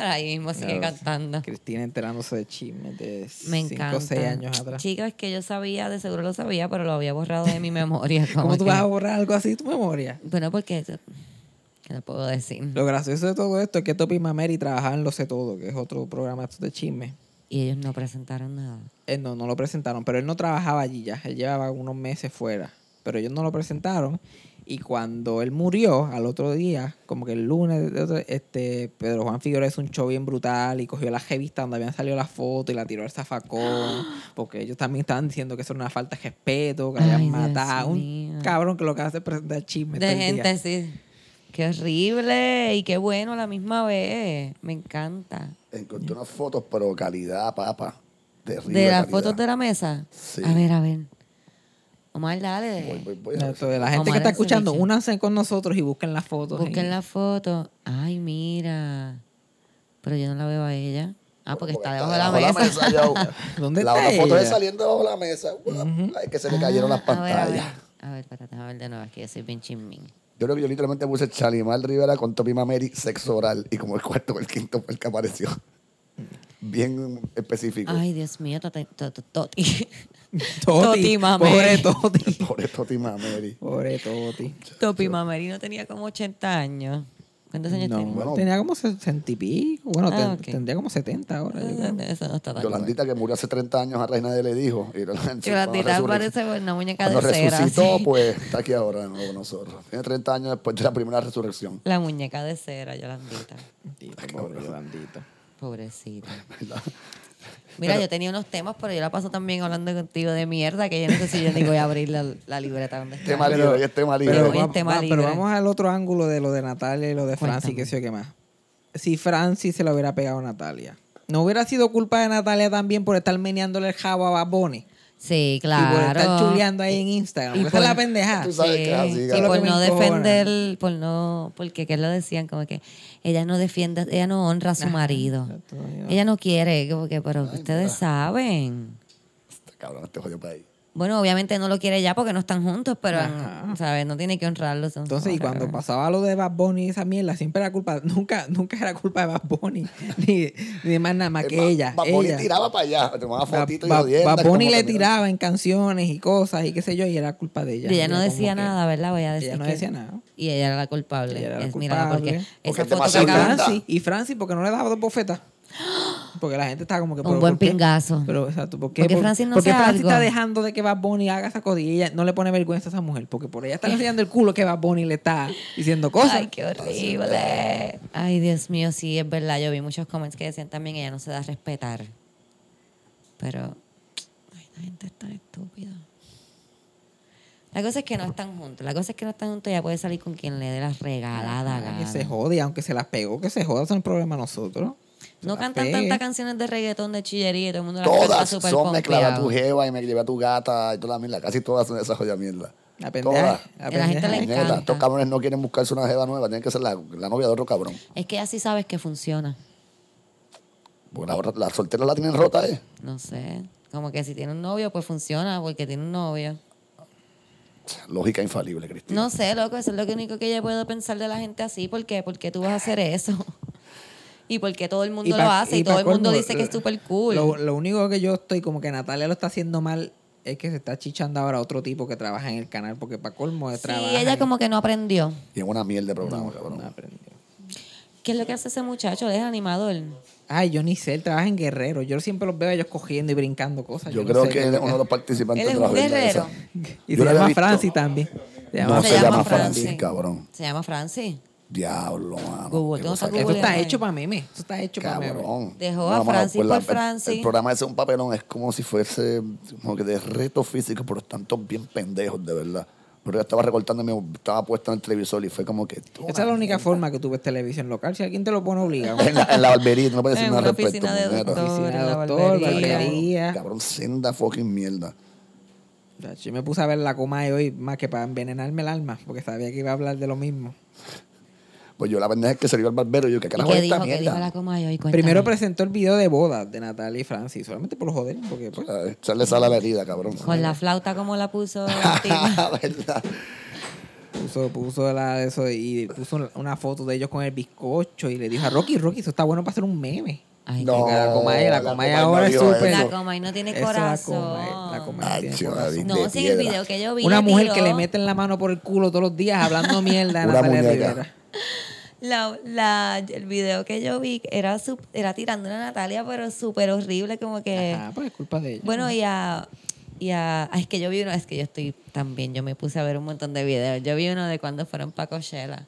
A: Ahí mismo sigue
C: Claro.
A: cantando.
C: Cristina enterándose de chismes de
A: Me
C: cinco
A: encanta.
C: o seis años atrás.
A: Chicos, es que yo sabía, de seguro lo sabía, pero lo había borrado de mi memoria. como
C: ¿Cómo tú
A: que-
C: vas a borrar algo así de tu memoria?
A: Bueno, porque eso- ¿qué le puedo decir?
C: Lo gracioso de todo esto es que Topi Mameri trabajaba en Lo Sé Todo, que es otro programa de estos de chismes.
A: Y ellos no presentaron nada.
C: Él eh, no, no lo presentaron, pero él no trabajaba allí ya. Él llevaba unos meses fuera, pero ellos no lo presentaron. Y cuando él murió, al otro día, como que el lunes, de otro- este, Pedro Juan Figueroa hizo un show bien brutal y cogió la revista donde habían salido las fotos y la tiró al zafacón. Porque ellos también estaban diciendo que eso era una falta de respeto, que la
A: Ay,
C: habían
A: Dios
C: matado.
A: mío.
C: Un cabrón que lo que hace es presentar chismes.
A: De
C: todo el día.
A: gente, sí. Qué horrible y qué bueno a la misma vez. Me encanta.
B: Encontré unas fotos, pero calidad, papa. Terrible.
A: de las
B: calidad.
A: fotos de la mesa.
B: Sí.
A: A ver, a ver. Omar, dale.
B: Voy, voy, voy.
C: Exacto, de Pues, la gente
A: Omar
C: que está
A: Ecevich.
C: escuchando, únanse con nosotros y busquen las fotos.
A: Busquen
C: en-
A: la foto. Ay, mira. Pero yo no la veo a ella. Ah, porque está debajo de la
B: debajo
A: mesa.
B: yo.
C: ¿Dónde
B: la
C: está
B: otra foto es
C: ella?
B: saliendo debajo de la mesa. Guau, Ay, que se le cayeron las
A: Ah, a ver, a ver.
B: pantallas.
A: A ver, espérate, a ver de nuevo, es que yo soy bien chismín.
B: Yo creo que yo literalmente puse Chalimar Rivera con Topi Mameri, sexo oral, y como el cuarto o el quinto fue el que apareció. Bien específico.
A: Ay, Dios mío, Toti. Toti, toti. Toti,
C: Toti,
A: mame.
C: pobre Toti.
B: Pobre Topi Mameri.
C: Pobre Toti.
A: Topi Mamerino tenía como 80 años. ¿Cuántos años
C: No,
A: tenía?
B: Bueno.
C: tenía como 60 y pico. Bueno,
A: Ah,
C: ten-
A: ok. Ah,
C: tendría como 70 ahora. yo creo.
A: Eso no está tan
B: Yolandita, que murió hace 30 años, a Rey nadie le dijo. Y Yolandita,
A: Yolandita
B: cuando resurre-
A: parece una muñeca
B: Cuando
A: de cera.
B: resucitó,
A: sí.
B: pues está aquí ahora de nuevo con nosotros. Tiene 30 años después de la primera resurrección.
A: La muñeca de cera, Yolandita.
C: Tito, pobre Yolandita.
A: Pobrecita.
B: ¿verdad?
A: Mira, yo tenía unos temas, pero yo la paso también hablando contigo de mierda, que yo no sé si yo ni voy a abrir la, la libreta donde está.
B: Tema libre, hoy es tema libre.
A: pero
C: Pero,
A: hoy es
C: va-
A: tema
C: va- pero
A: libre.
C: vamos al otro ángulo de lo de Natalia y lo de Francis,
A: Cuéntame.
C: que sé yo qué más. Si Francis se la hubiera pegado a Natalia. No hubiera sido culpa de Natalia también por estar meneándole el jabo a Bad Bunny.
A: Sí,
C: Y por
A: claro.
C: estar chuleando ahí en Instagram.
A: y
C: Porque esa es
A: por-
C: la pendejada.
B: Tú sabes que es así,
A: Sí,
B: claro.
A: y por
C: Eso es
A: no
C: lo que me encojona.
A: defender, por no, porque qué lo decían, como que ella no defiende, ella no honra a su marido.
C: exacto, ahí va.
A: Ella no quiere, como que, pero ustedes saben.
B: Este cabrón, este jodido país.
A: Bueno, obviamente no lo quiere ya porque no están juntos, pero mm,
C: Ajá.
A: ¿sabes? no tiene que honrarlos. son-
C: Entonces, y cuando pasaba lo de Bad Bunny y esa mierda, siempre era culpa, nunca, nunca era culpa de Bad Bunny, ni, ni de más nada más
B: Es
C: que
B: más,
C: ella.
B: Eh, Bad Bunny
C: ella.
B: tiraba para allá, tomaba
C: Ba-
B: fotitos y
C: Ba-
B: jodiendas,
C: Bad Bunny
B: como
C: le
B: también-
C: tiraba en canciones y cosas y qué sé yo, y era culpa de
A: Y
C: ella.
A: ella no
C: como
A: decía
C: que-
A: nada, ¿verdad? Voy a decir
C: Ella no
A: que-
C: decía nada.
A: Y ella era la culpable.
C: Ella era la
A: Es- mírala,
C: culpable.
A: porque, esa
B: Porque
A: foto
B: es
A: que
B: demasiado
C: Y
A: acabas-
B: linda.
C: Francis, y Francis, porque no le daba dos bofetas. Porque la gente estaba como que.
A: Un
C: pero,
A: buen
C: ¿por qué?
A: pingazo.
C: Pero, exacto, ¿por qué?
A: Porque
C: Por-
A: Francis no
C: porque
A: sea
C: Francis
A: algo.
C: está dejando de que Bad Bunny haga esa cosa y ella no le pone vergüenza a esa mujer. Porque por ella está enseñando el culo que Bad Bunny le está diciendo cosas.
A: Ay, qué horrible. Ay, Dios mío, sí, es verdad. Yo vi muchos comments que decían también ella no se da a respetar. Pero, ay, la gente es tan estúpida. La cosa es que no están juntos. La cosa es que no están juntos. Ella puede salir con quien le dé la regalada
C: Ah, Que
A: gana.
C: se jode, y aunque se las pegó, que se joda, son problema de nosotros. Se
A: No
C: las
A: cantan
C: pegue.
A: tantas canciones de reggaetón, de chillería y todo el mundo las canta
B: Todas
A: súper
B: son me clavé a
A: pompeado.
B: tu jeva y me llevé a tu gata y toda la mierda. Casi todas son esas jodidas mierda.
C: La pendeja.
B: Todas.
A: A la gente
C: pendeja.
A: le
B: Neta,
A: encanta.
B: estos cabrones no quieren buscarse una jeva nueva, tienen que ser la, la novia de otro cabrón.
A: Es que así sabes que funciona.
B: Porque la, otra- la soltera la tienen rota, ¿eh?
A: No sé. Como que si tiene un novio, pues funciona porque tiene un novio.
B: Lógica infalible, Cristina.
A: No sé, loco, eso es lo que único que yo puedo pensar de la gente así. ¿Por qué? ¿Por qué tú vas a hacer eso? Y porque todo el mundo
C: pa-
A: lo hace y,
C: pa'
A: todo el mundo
C: colmo,
A: dice que es súper cool.
C: Lo, lo único que yo estoy como que Natalia lo está haciendo mal es que se está chichando ahora a otro tipo que trabaja en el canal, porque para colmo de
A: sí,
C: trabajo.
A: ella como que no aprendió.
B: Y es una mierda de programa, cabrón.
C: no aprendió.
A: ¿Qué es lo que hace ese muchacho? Él es animador.
C: Ay, yo ni sé, él trabaja en Guerrero. Yo siempre los veo a ellos cogiendo y brincando cosas.
B: Yo
C: no
B: creo
C: sé,
B: que él es uno de los
A: Él
B: participantes
A: es
B: de la
A: un
B: jodienda
A: guerrero.
B: esa.
C: Y
B: Yo
C: se
B: lo
C: llama
B: había visto.
C: Francis también. Se llama
B: No,
A: Se
B: se
A: llama
B: llama
A: Francis.
B: Francis, cabrón.
A: ¿Se llama Francis?
B: Diablo, mano.
A: Google,
B: qué
A: ¿tú no
B: cosa
A: sabes
B: que-
C: Esto
A: Google? eh.
C: está hecho para meme. Esto está hecho para meme.
B: Cabrón.
A: Dejó a
B: mano, pues
A: Francis
B: la-
A: por
B: el- El,
A: Francis.
B: programa ese es un papelón, es como si fuese como que de reto físico, pero están todos bien pendejos, de verdad. Pero yo estaba recortando, y me estaba puesta en el televisor y fue como que. esto
C: Esa es la única forma que tú ves televisión local. Si alguien te lo pone obligado.
B: en, la, en la barbería, no puedes decir
A: En
B: nada
A: una
B: al respecto.
A: oficina de
B: puñeta.
A: doctor.
C: Oficina de
A: la
C: doctor,
A: barbería.
C: barbería.
B: Cabrón, senda fucking mierda.
C: Ya, Yo me puse a ver la coma de hoy más que para envenenarme el alma, porque sabía que iba a hablar de lo mismo.
B: Pues yo la pendeja es que se le iba al barbero y yo, ¿qué
A: ¿Y
B: carajo
A: qué
B: es esta
A: dijo? ¿Qué dijo la
B: mierda?
A: coma hoy?
C: Primero presentó el video de boda de Natalia y Francis, solamente por joder, porque pues,
B: Ah, Echarle sal a la herida, cabrón.
A: Con la flauta como la puso. la tipa.
B: ¿Verdad?
C: puso, puso la eso y puso una foto de ellos con el bizcocho y le dijo a Rocky, Rocky, eso está bueno para hacer un meme.
A: Ay,
B: No,
C: Porque la Comay, la
B: la
C: Comay
B: Comay no
C: ahora es
B: dijo
C: súper.
B: eso.
A: La Comay no tiene
C: Eso la
A: corazón.
C: Comay- la Comay
B: Ay,
C: tiene
B: chaval,
C: corazón.
B: de
A: No, sí, el
B: piedra.
A: video que yo vi.
C: Una
A: le
C: mujer que
A: tiró-
C: le meten la mano por el culo todos los días hablando mierda a
B: Una
C: Natalia
B: muñeca.
C: Rivera.
A: La, la- el video que yo vi era, su- era tirando a Natalia, pero súper horrible, como que...
C: Ajá, pues es culpa de ella.
A: Bueno, y a... y a... ay, es que yo vi uno, es que yo estoy también, yo me puse a ver un montón de videos. Yo vi uno de cuando fueron para Coachella.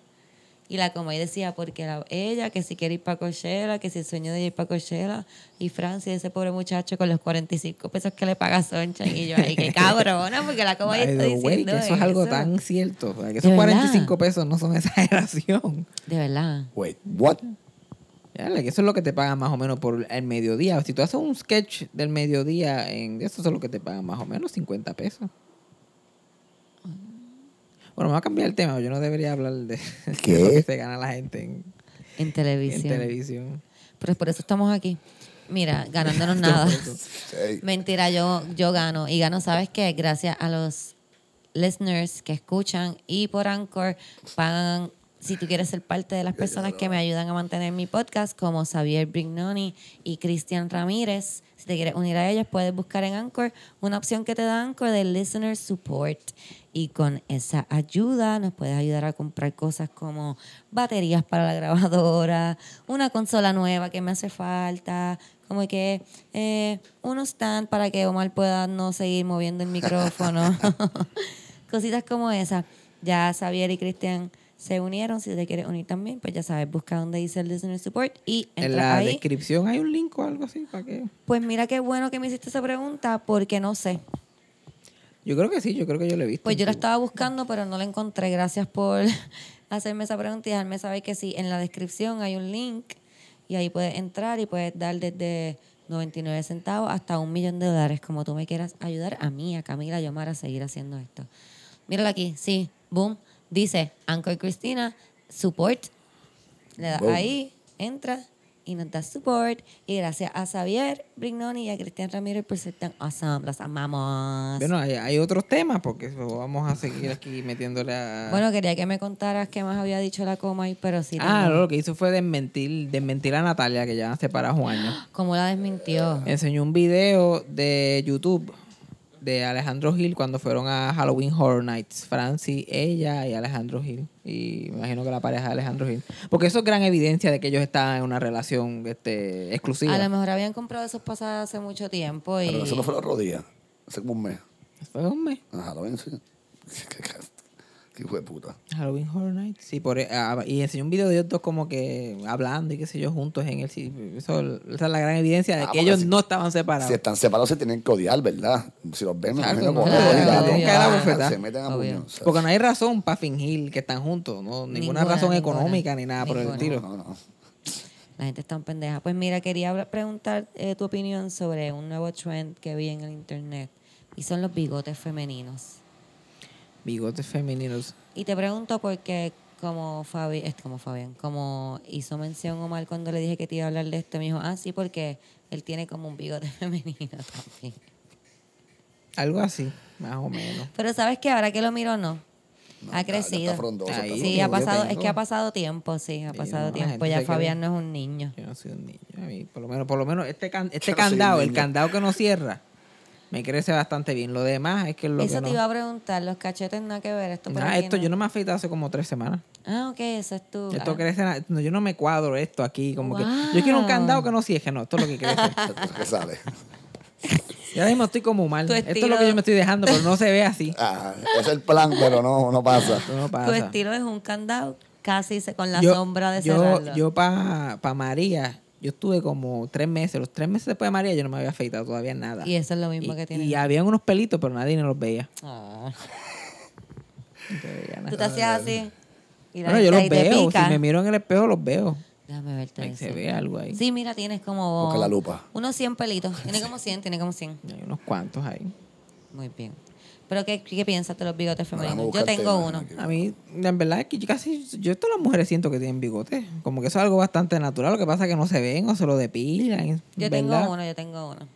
A: Y la Comay decía, porque la- ella, que si quiere ir para Coachella, que si el sueño de ella ir para Coachella. Y Francia, ese pobre muchacho con los 45 pesos que le paga Soncha. Y yo, ay, qué cabrona, porque la Comay
C: By
A: está
C: the way,
A: diciendo
C: que eso es algo
A: eso.
C: tan cierto. o sea, que
A: De
C: esos
A: verdad.
C: 45 pesos no son exageración.
A: De verdad.
B: Wait, what?
C: Dale, que eso es lo que te pagan más o menos por el mediodía. Si tú haces un sketch del mediodía, en eso es lo que te pagan más o menos 50 pesos. Bueno, me va a cambiar el tema. Yo no debería hablar de, de
B: ¿Qué?
C: lo que se gana la gente en,
A: En
C: en
A: televisión.
C: televisión.
A: Pero por eso estamos aquí. Mira, ganándonos nada.
B: Hey,
A: Mentira, yo, yo gano. Y gano, ¿sabes qué? Gracias a los listeners que escuchan y por Anchor pagan. Si tú quieres ser parte de las personas que me ayudan a mantener mi podcast, como Xavier Brignoni y Cristian Ramírez, si te quieres unir a ellos, puedes buscar en Anchor una opción que te da Anchor de Listener Support. Y con esa ayuda nos puedes ayudar a comprar cosas como baterías para la grabadora, una consola nueva que me hace falta, como que eh, un stand para que Omar pueda no seguir moviendo el micrófono. Cositas como esa. Ya Xavier y Cristian se unieron. Si te quieres unir también, pues ya sabes, busca donde dice Listener Support y
C: en
A: entra
C: la
A: ahí.
C: descripción hay un link o algo así. ¿Para qué?
A: Pues mira qué bueno que me hiciste esa pregunta porque no sé.
C: Yo creo que sí, yo creo que yo lo he visto.
A: Pues
C: en
A: yo la
C: tu-
A: estaba buscando, pero no la encontré. Gracias por hacerme esa pregunta y dejarme saber que sí, en la descripción hay un link y ahí puedes entrar y puedes dar desde 99 centavos hasta un millón de dólares, como tú me quieras ayudar a mí, a Camila y a Omar a seguir haciendo esto. Míralo aquí, sí, boom. Dice Anchor Cristina, support. Le das
B: Boom.
A: ahí, entra y nos das support. Y gracias a Xavier Brignoni y a Cristian Ramírez por ser tan awesome. Las amamos.
C: Bueno, hay, hay otros temas porque vamos a seguir aquí metiéndole a...
A: Bueno, quería que me contaras qué más había dicho la coma y pero sí.
C: ah,
A: tengo-
C: no, lo que hizo fue desmentir, desmentir a Natalia, que ya se para un año.
A: ¿Cómo la desmintió?
C: enseñó un video de YouTube de Alejandro Gil cuando fueron a Halloween Horror Nights. Francie, ella y Alejandro Gil. Y me imagino que la pareja de Alejandro Gil. Porque eso es gran evidencia de que ellos estaban en una relación este, exclusiva.
A: A lo mejor habían comprado esos pasajes hace mucho tiempo y...
B: Pero eso no fue el otro día, hace como un mes.
C: Fue un mes.
B: Ajá, lo ven, sí. Qué ca- Qué hijo de puta.
C: Halloween Horror Nights. Sí, por, ah, y enseñó un video de ellos dos como que hablando y qué sé yo, juntos en el... sí, Eso, esa es la gran evidencia de
B: Ah,
C: que
B: porque
C: ellos
B: si-
C: no estaban separados.
B: Si están separados, se tienen que odiar, ¿verdad? Si los ven, me
C: Claro,
B: imagino como
A: claro,
B: que los
A: claro,
B: odian,
A: tienen que dar la
C: bofetada.
B: Se meten a
A: Obvio.
B: puño. o sea,
C: Porque no hay razón para fingir que están juntos, ¿no? Ninguna,
A: Ninguna,
C: razón
A: ninguna,
C: económica ni nada por el
A: ninguna.
C: estilo.
B: No, no.
A: La gente está en pendeja. Pues mira, quería hablar- preguntar eh, tu opinión sobre un nuevo trend que vi en el internet y son los bigotes femeninos.
C: Bigotes femeninos.
A: Y te pregunto porque como Fabi, es como Fabián, como hizo mención Omar cuando le dije que te iba a hablar de esto, me dijo, ah, sí, porque él tiene como un bigote femenino también.
C: Algo así, más o menos.
A: Pero sabes que ahora que lo miro, no.
B: No,
A: ha
B: está- ya
A: crecido.
B: Está frondoso.
C: Ahí.
B: está
A: Sí,
C: Yo
A: ha pasado, es
C: tengo.
A: que ha pasado tiempo, sí, ha
C: Sí,
A: pasado
C: no, la
A: tiempo.
C: gente
A: Ya
C: se cree-
A: Fabián no es un niño.
C: Yo no soy un niño. A mí, por lo menos, por lo menos este, can-
B: Yo
C: este
B: no soy un
C: candado, el
B: niño.
C: candado que no cierra, me crece bastante bien. Lo demás es que es lo
A: Eso te
C: que no...
A: iba a preguntar, los cachetes nada que ver, esto por
C: Nah,
A: aquí
C: esto yo no me afeito hace como tres semanas.
A: Ah, ok, eso es tu...
C: Esto
A: ah.
C: crece, na- no, yo no me cuadro esto aquí, como que yo quiero un
A: Wow.
C: candado que no cierre, no, esto es lo que crece.
B: frondoso. ¿Qué sale?
C: Y ahora mismo estoy como mal.
A: Tu
C: Esto es lo
A: estilo-
C: que yo me estoy dejando, pero no se ve así.
B: Ah, es el plan, pero no, no pasa.
C: Esto no
A: Tu
C: pasa.
A: estilo es un candado casi se- con la
C: Yo-
A: sombra de
C: Yo,
A: cerrarlo.
C: yo para María, yo estuve como tres meses. Los tres meses después de María yo no me había afeitado todavía nada.
A: y eso es lo mismo
C: y,
A: que tiene.
C: y habían unos pelitos, pero nadie no los veía.
A: Ah.
C: No se veía nada.
A: Tú te hacías así. Y la
C: Bueno,
A: gente
C: yo los
A: ahí te
C: veo. Si
A: pica.
C: me miro en el espejo, los veo.
A: Déjame verte.
C: Ahí
A: eso.
C: se ve algo ahí.
A: Sí, mira, tienes como...
B: Busca la lupa.
A: Unos 100 pelitos. Tiene como 100, tiene como 100.
C: Hay unos cuantos ahí.
A: Muy bien. Pero ¿qué, qué piensas de los bigotes
B: Vamos a
A: femeninos?
B: buscar
A: Yo tengo
B: temas
A: uno.
B: aquí.
C: A mí, en verdad, es que yo casi, yo todas las mujeres siento que tienen bigotes. Como que eso es algo bastante natural. Lo que pasa es que no se ven o se lo depilan.
A: Yo
C: ¿verdad?
A: tengo uno, yo tengo uno.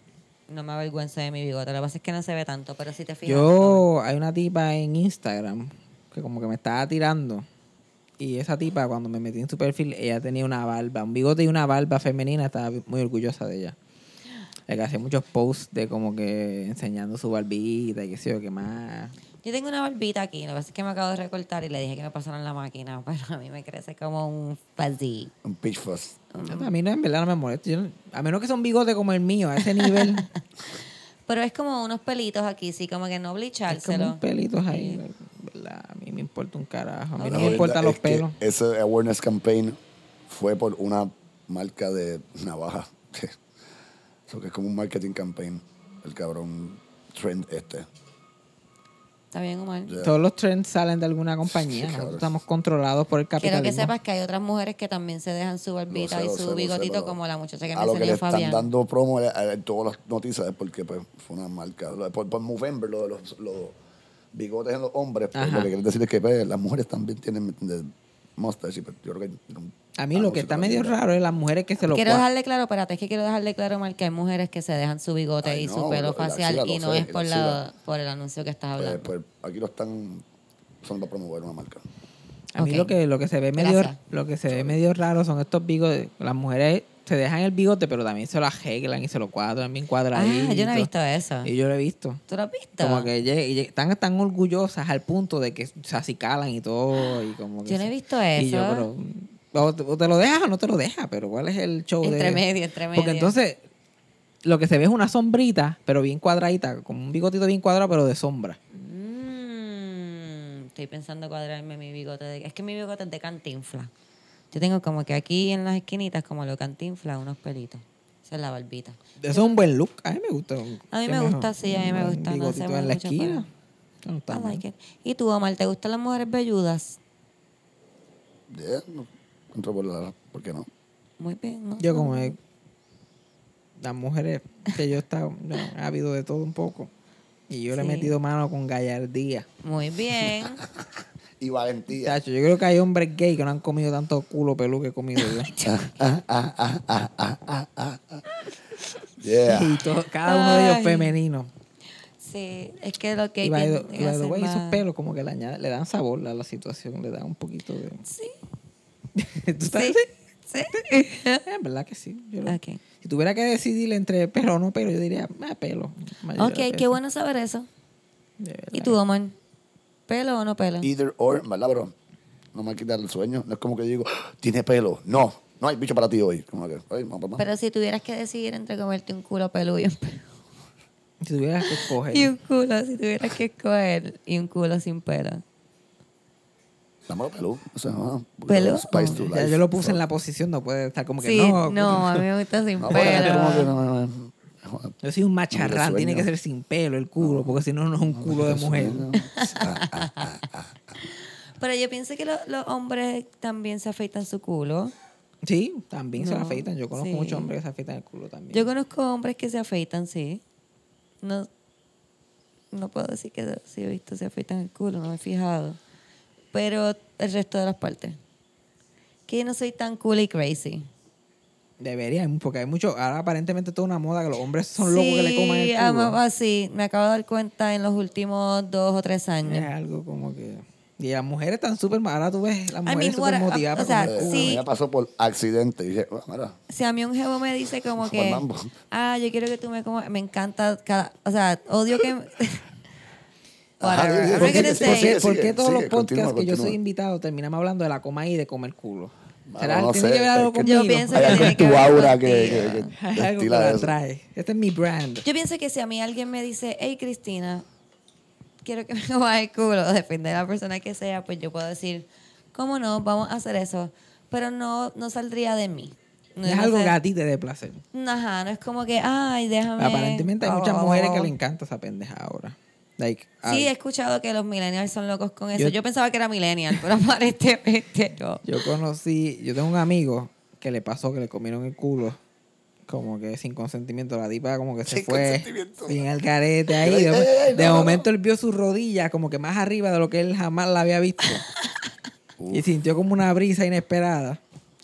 A: No me avergüenzo de mi bigote. Lo que pasa es que no se ve tanto, pero si te fijas.
C: Yo, hay una tipa en Instagram que como que me estaba tirando. Y esa tipa, cuando me metí en su perfil, ella tenía una barba, un bigote y una barba femenina. Estaba muy orgullosa de ella. Le hacía muchos posts de como que enseñando su barbita y qué sé yo qué más.
A: Yo tengo una barbita aquí. Lo que pasa es que me acabo de recortar y le dije que me pasaran la máquina, pero a mí me crece como un fuzzy.
B: Un pitch fuzz.
A: Ah.
C: Yo- A mí no, en verdad no me molesta. Yo no- a menos que sea un bigote como el mío, a ese nivel.
A: Pero es como unos pelitos aquí, sí, como que no
C: Es como un
A: blichárseelo.
C: pelitos ahí, ¿verdad? A mí me importa un carajo. A mí no
B: La
C: me
B: verdad
C: importan los
B: es que
C: pelos.
B: Ese awareness campaign fue por una marca de navaja. Eso que es como un marketing campaign. El cabrón trend este.
A: Está bien, Omar.
B: Yeah.
C: Todos los trends salen de alguna compañía.
B: Cabrón.
C: Nosotros estamos controlados por el
A: Quiero que
C: capitalismo.
A: sepas que hay otras mujeres que también se dejan su barbita
B: Lo sé,
A: y
B: lo
A: su
B: sé, lo sé,
A: bigotito,
B: pero
A: como la muchacha que
B: A lo que le
A: mencionó
B: están
A: Fabián.
B: dando promo eh, eh, en todas las noticias es porque pues, fue una marca. Lo de- Por, por Movember, lo de los, los bigotes en los hombres, pues,
C: Ajá.
B: lo que quieren decir es que pues, las mujeres también tienen ¿me entiendes? mustache. y, pues, yo creo que,
C: A mí lo que está medio raro es las mujeres que se lo
A: Quiero
C: cuajan.
A: dejarle claro, espérate, es que quiero dejarle claro, Omar, que hay mujeres que se dejan su bigote
B: Ay,
A: y su
B: no,
A: pelo
B: la
A: facial
B: axila,
A: y
B: lo
A: no
B: sé,
A: es por,
B: la
A: la, por el anuncio que estás
B: Pues,
A: hablando.
B: pues, aquí lo están usando para promover una marca.
C: A mí
A: Ok.
C: lo que lo que se ve medio
A: Gracias.
C: lo que se ve medio raro son estos bigotes. Las mujeres se dejan el bigote, pero también se lo arreglan y se lo cuadran bien cuadradito.
A: ah, yo no he visto eso.
C: Y yo lo he visto.
A: ¿Tú lo has visto?
C: Como que lle- lle- están tan orgullosas al punto de que se acicalan y todo. Y como que
A: Yo no
C: se-
A: he visto
C: Y yo,
A: eso.
C: pero, o te, o te lo dejas o no te lo dejas, pero ¿cuál es el show de...?
A: Entre medio, entre medio.
C: Porque entonces lo que se ve es una sombrita, pero bien cuadradita, como un bigotito bien cuadrado, pero de sombra.
A: Mm, estoy pensando cuadrarme mi bigote. de- es que mi bigote es de cantinfla. Yo tengo como que aquí en las esquinitas, como lo cantinfla, unos pelitos. Esa es la barbita.
C: Eso es un buen look. A mí me gusta.
A: A mí
C: Es
A: me
C: mejor.
A: gusta, sí, a mí me
C: Un
A: gusta, no
C: bigotito
A: hacemos
C: en la
A: mucho
C: esquina.
A: problema.
C: No, está
A: I
C: mal.
A: like it. ¿Y tú, Omar, te gustan las mujeres velludas?
B: Yeah, no, contra por la- ¿por qué no?
A: Muy bien, ¿no?
C: Yo como he- las mujeres que yo he estado, no, ha habido de todo un poco. Y yo le he
A: Sí.
C: metido mano con gallardía.
A: Muy bien.
B: Y valentía.
C: Chacho, yo creo que hay hombres gay que no han comido tanto culo pelú que he comido yo.
B: Yeah.
C: Y todo- cada uno de ellos
A: Ay.
C: femenino.
A: Sí, es que lo que
C: Y by the-
A: tienden
C: y by
A: a
C: the
A: ser
C: way, esos
A: más-
C: pelos como que le, añade- le dan sabor a la situación, le dan un poquito de...
A: Sí,
C: ¿Tú
A: sí,
C: sabes?
A: sí.
C: En verdad que sí. Yo lo-
A: Ok.
C: Si tuviera que decidir entre pelo o no pelo, yo diría ah, pelo. mayoría de las
A: Ok, qué
C: veces.
A: bueno saber eso.
C: De verdad.
A: ¿Y tú, Omar? ¿Pelo o no pelo?
B: Either or, ¿verdad, bro? No me quitar el sueño. No es como que yo digo, tiene pelo. No, no hay bicho para ti hoy. Como que, ay, vamos, vamos.
A: Pero si tuvieras que decidir entre comerte un culo peludo y un pelo.
C: Si tuvieras que escoger.
A: Y un culo, si tuvieras que escoger. Y un culo sin pelo.
B: Dámelo pelo. O sea, ah,
A: Pelo.
B: Spice to
C: Ya
B: life.
C: yo lo puse
B: So-
C: en la posición, no puede estar como que
A: Sí,
C: no.
A: no, a mí me gusta sin
B: No,
A: pelo.
B: porque como que no, no, no.
C: Yo soy un
B: Hombre,
C: macharrán,
B: sueño.
C: tiene que ser sin pelo el culo, porque si no, no es un culo de mujer.
A: Pero yo pienso que lo- los hombres también se afeitan su culo.
C: Sí, también se lo
A: No,
C: afeitan. Yo conozco
A: sí.
C: muchos hombres que se afeitan el culo también.
A: Yo conozco hombres que se afeitan, sí. No, no puedo decir que sí he visto se afeitan el culo, no me he fijado. Pero el resto de las partes. Que yo no soy tan cool y crazy.
C: Debería, porque hay mucho. Ahora aparentemente toda una moda que los hombres son
A: sí,
C: locos que le coman el culo.
A: ama- ah, sí, me acabo de dar cuenta en los últimos dos o tres años.
C: Es algo como que. Y las mujeres están súper. Ahora tú ves las
A: mean,
C: mujeres
A: what
C: súper
A: a-
C: motivadas.
A: o sea,
C: para comer el
B: Eh,
C: culo.
A: sí.
B: A mí me pasó por accidente. Y dije, "Ah, mira,
A: Si a mí un jevo me dice como que,
B: Mambo.
A: ah, yo quiero que tú me comas, me encanta, cada, o sea, odio que...
B: Ajá,
A: Whatever.
B: sí,
A: I'm
C: ¿Por
A: not
C: qué,
A: gonna
B: sí,
A: say
C: por qué-
A: it.
B: sigue,
C: por qué
B: sigue,
C: todos los
B: sigue,
C: podcasts
B: continúa,
C: que yo soy
B: continúa.
C: invitado terminamos hablando de la coma y de comer culo?
B: Mano,
C: ¿Será,
B: no
C: tiene
B: sé,
C: que ver algo
B: es que-
C: conmigo?
A: Yo pienso
B: hay
A: que
B: algo
A: tiene
B: en
A: que
B: tu
A: ver
B: aura que,
A: contigo.
B: que, que
C: Hay algo que
B: destila
C: la
B: eso.
C: atrae. Este es mi brand.
A: Yo pienso que si a mí alguien me dice, hey Cristina, quiero que me comas el culo, depende de la persona que sea, pues yo puedo decir, ¿cómo no? Vamos a hacer eso. Pero no, no saldría de mí. No
C: es
A: no
C: algo
A: sé.
C: que a ti te dé placer.
A: Ajá, no es como que, ay, déjame.
C: Aparentemente hay
A: Oh,
C: muchas
A: oh,
C: mujeres
A: oh.
C: que le encanta esa pendeja ahora. Like,
A: Sí,
C: ay,
A: he escuchado que los millennials son locos con eso.
C: Yo-
A: Yo, pensaba que era millennial, pero aparentemente no.
C: Yo conocí, yo tengo un amigo que le pasó que le comieron el culo. Como que sin consentimiento, la tipa como que se
B: Sin
C: fue
B: consentimiento.
C: sin el carete ahí.
B: Ey,
C: De,
B: ey, ey,
C: de
B: no, no,
C: momento él vio su rodilla como que más arriba de lo que él jamás la había visto. y sintió como una brisa inesperada.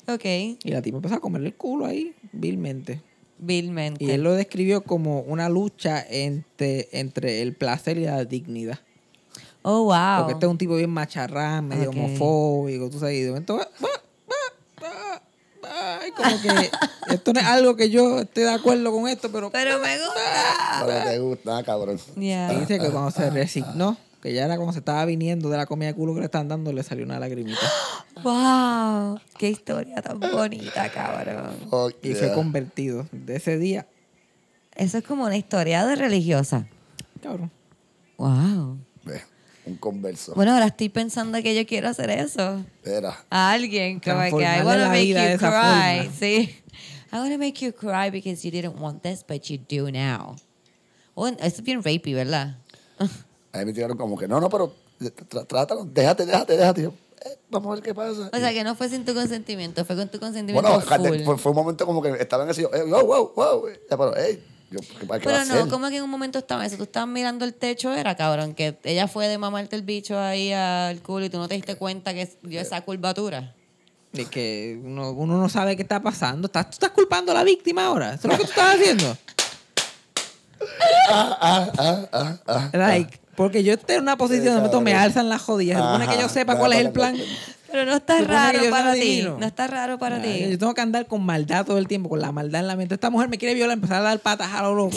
A: Ok,
C: Y la tipa empezó a comerle el culo ahí, vilmente.
A: vilmente.
C: Y él lo describió como una lucha entre, entre el placer y la dignidad.
A: Oh, wow.
C: Porque este es un tipo bien macharrán, medio
A: Ok.
C: homofóbico, tú sabes. Y de momento, va, va, va, va, va, y como que esto no es algo que yo esté de acuerdo con esto, pero.
A: Pero me gusta.
B: Pero te gusta, ah, cabrón.
C: Y
A: Yeah.
C: dice que cuando se resignó, que ya era como se estaba viniendo de la comida de culo que le están dando, le salió una lagrimita.
A: Wow. Qué historia tan bonita, cabrón.
B: Fuck
C: Y fue
B: yeah.
C: convertido de ese día
A: Eso es como una historia de religiosa.
C: Cabrón.
A: Wow.
B: Ve, un converso.
A: Bueno, ahora estoy pensando que yo quiero hacer eso.
B: Espera.
A: A alguien como que I
C: Transformarle
A: want to
C: la
A: make
C: vida de
A: you
C: esa
A: cry.
C: forma.
A: Sí. I want to make you cry because you didn't want this, but you do now. Oh, es bien rapey, ¿verdad?
B: Ahí me tiraron como que, no, no, pero eh, tra- trátalo, déjate, déjate, déjate. Y yo, eh, vamos a ver qué pasa.
A: O sea, que no fue sin tu consentimiento, fue con tu consentimiento
B: bueno,
A: full.
B: fue, fue un momento como que estaban así, yo, eh, wow, wow, wow. eh, Pero, hey, yo, ¿qué, qué va a
A: Pero no,
B: hacer?
A: como que en un momento estaba eso, tú estabas mirando el techo, era cabrón, que ella fue de mamarte el bicho ahí al culo y tú no te diste cuenta que
B: Eh.
A: dio esa curvatura.
C: Es que uno, uno no sabe qué está pasando. Estás, tú estás culpando a la víctima ahora. Eso es lo que tú estás haciendo.
B: Ah,
C: like, porque yo estoy en una posición de momento me
B: cabrón.
C: alzan las rodillas. Se supone que yo
B: Ajá,
C: sepa cuál es el plan.
B: claro.
A: Pero no está
C: Supone que yo
A: raro
C: sea
A: para ti.
C: divino.
A: No está raro para
C: Ah,
A: ti.
C: Yo tengo que andar con maldad todo el tiempo, con la maldad en la mente. Esta mujer me quiere violar, empezar a dar patas a lo loco.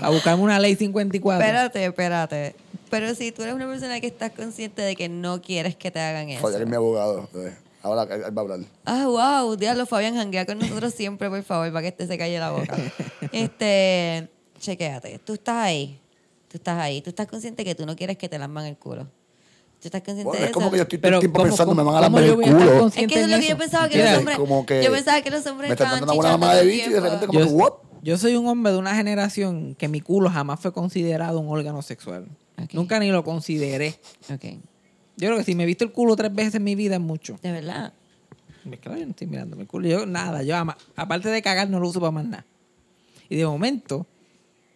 C: A buscarme una ley 54.
A: Espérate, espérate. Pero si tú eres una persona que estás consciente de que no quieres que te hagan eso.
B: Fabián es mi abogado. eh. Ahora él él va a hablar.
A: Ah, wow, diablo, Fabián, janguea con nosotros siempre, por favor, para que este se calle la boca. este, chequéate, tú estás ahí, tú estás ahí, tú estás consciente que tú no quieres que te lamban el culo. Tú estás consciente
B: Bueno,
A: de
B: es como
A: eso.
B: que yo estoy todo
C: Pero
B: el tiempo
C: ¿cómo-
B: pensando, me
C: cómo-
B: van a
C: cómo
B: lamber el
C: yo voy a estar
B: culo.
C: consciente
A: Es que eso es lo
C: en
A: que yo
C: eso?
A: pensaba que
B: Mira,
A: los hombres.
B: como que
A: yo pensaba que los hombres
B: me están
A: estaban
B: dando una
A: chichando
B: buena mamada de
A: todo el
B: bicho y de
A: tiempo.
B: repente como-
C: Yo,
B: que, "Wop".
C: yo soy un hombre de una generación que mi culo jamás fue considerado un órgano sexual.
A: Ok.
C: Nunca ni lo consideré.
A: Ok,
C: Yo creo que si me he visto el culo tres veces en mi vida es mucho.
A: de verdad.
C: Pues Claro, yo no estoy mirando mi culo. Yo nada, yo ama- aparte de cagar no lo uso para más nada. Y de momento,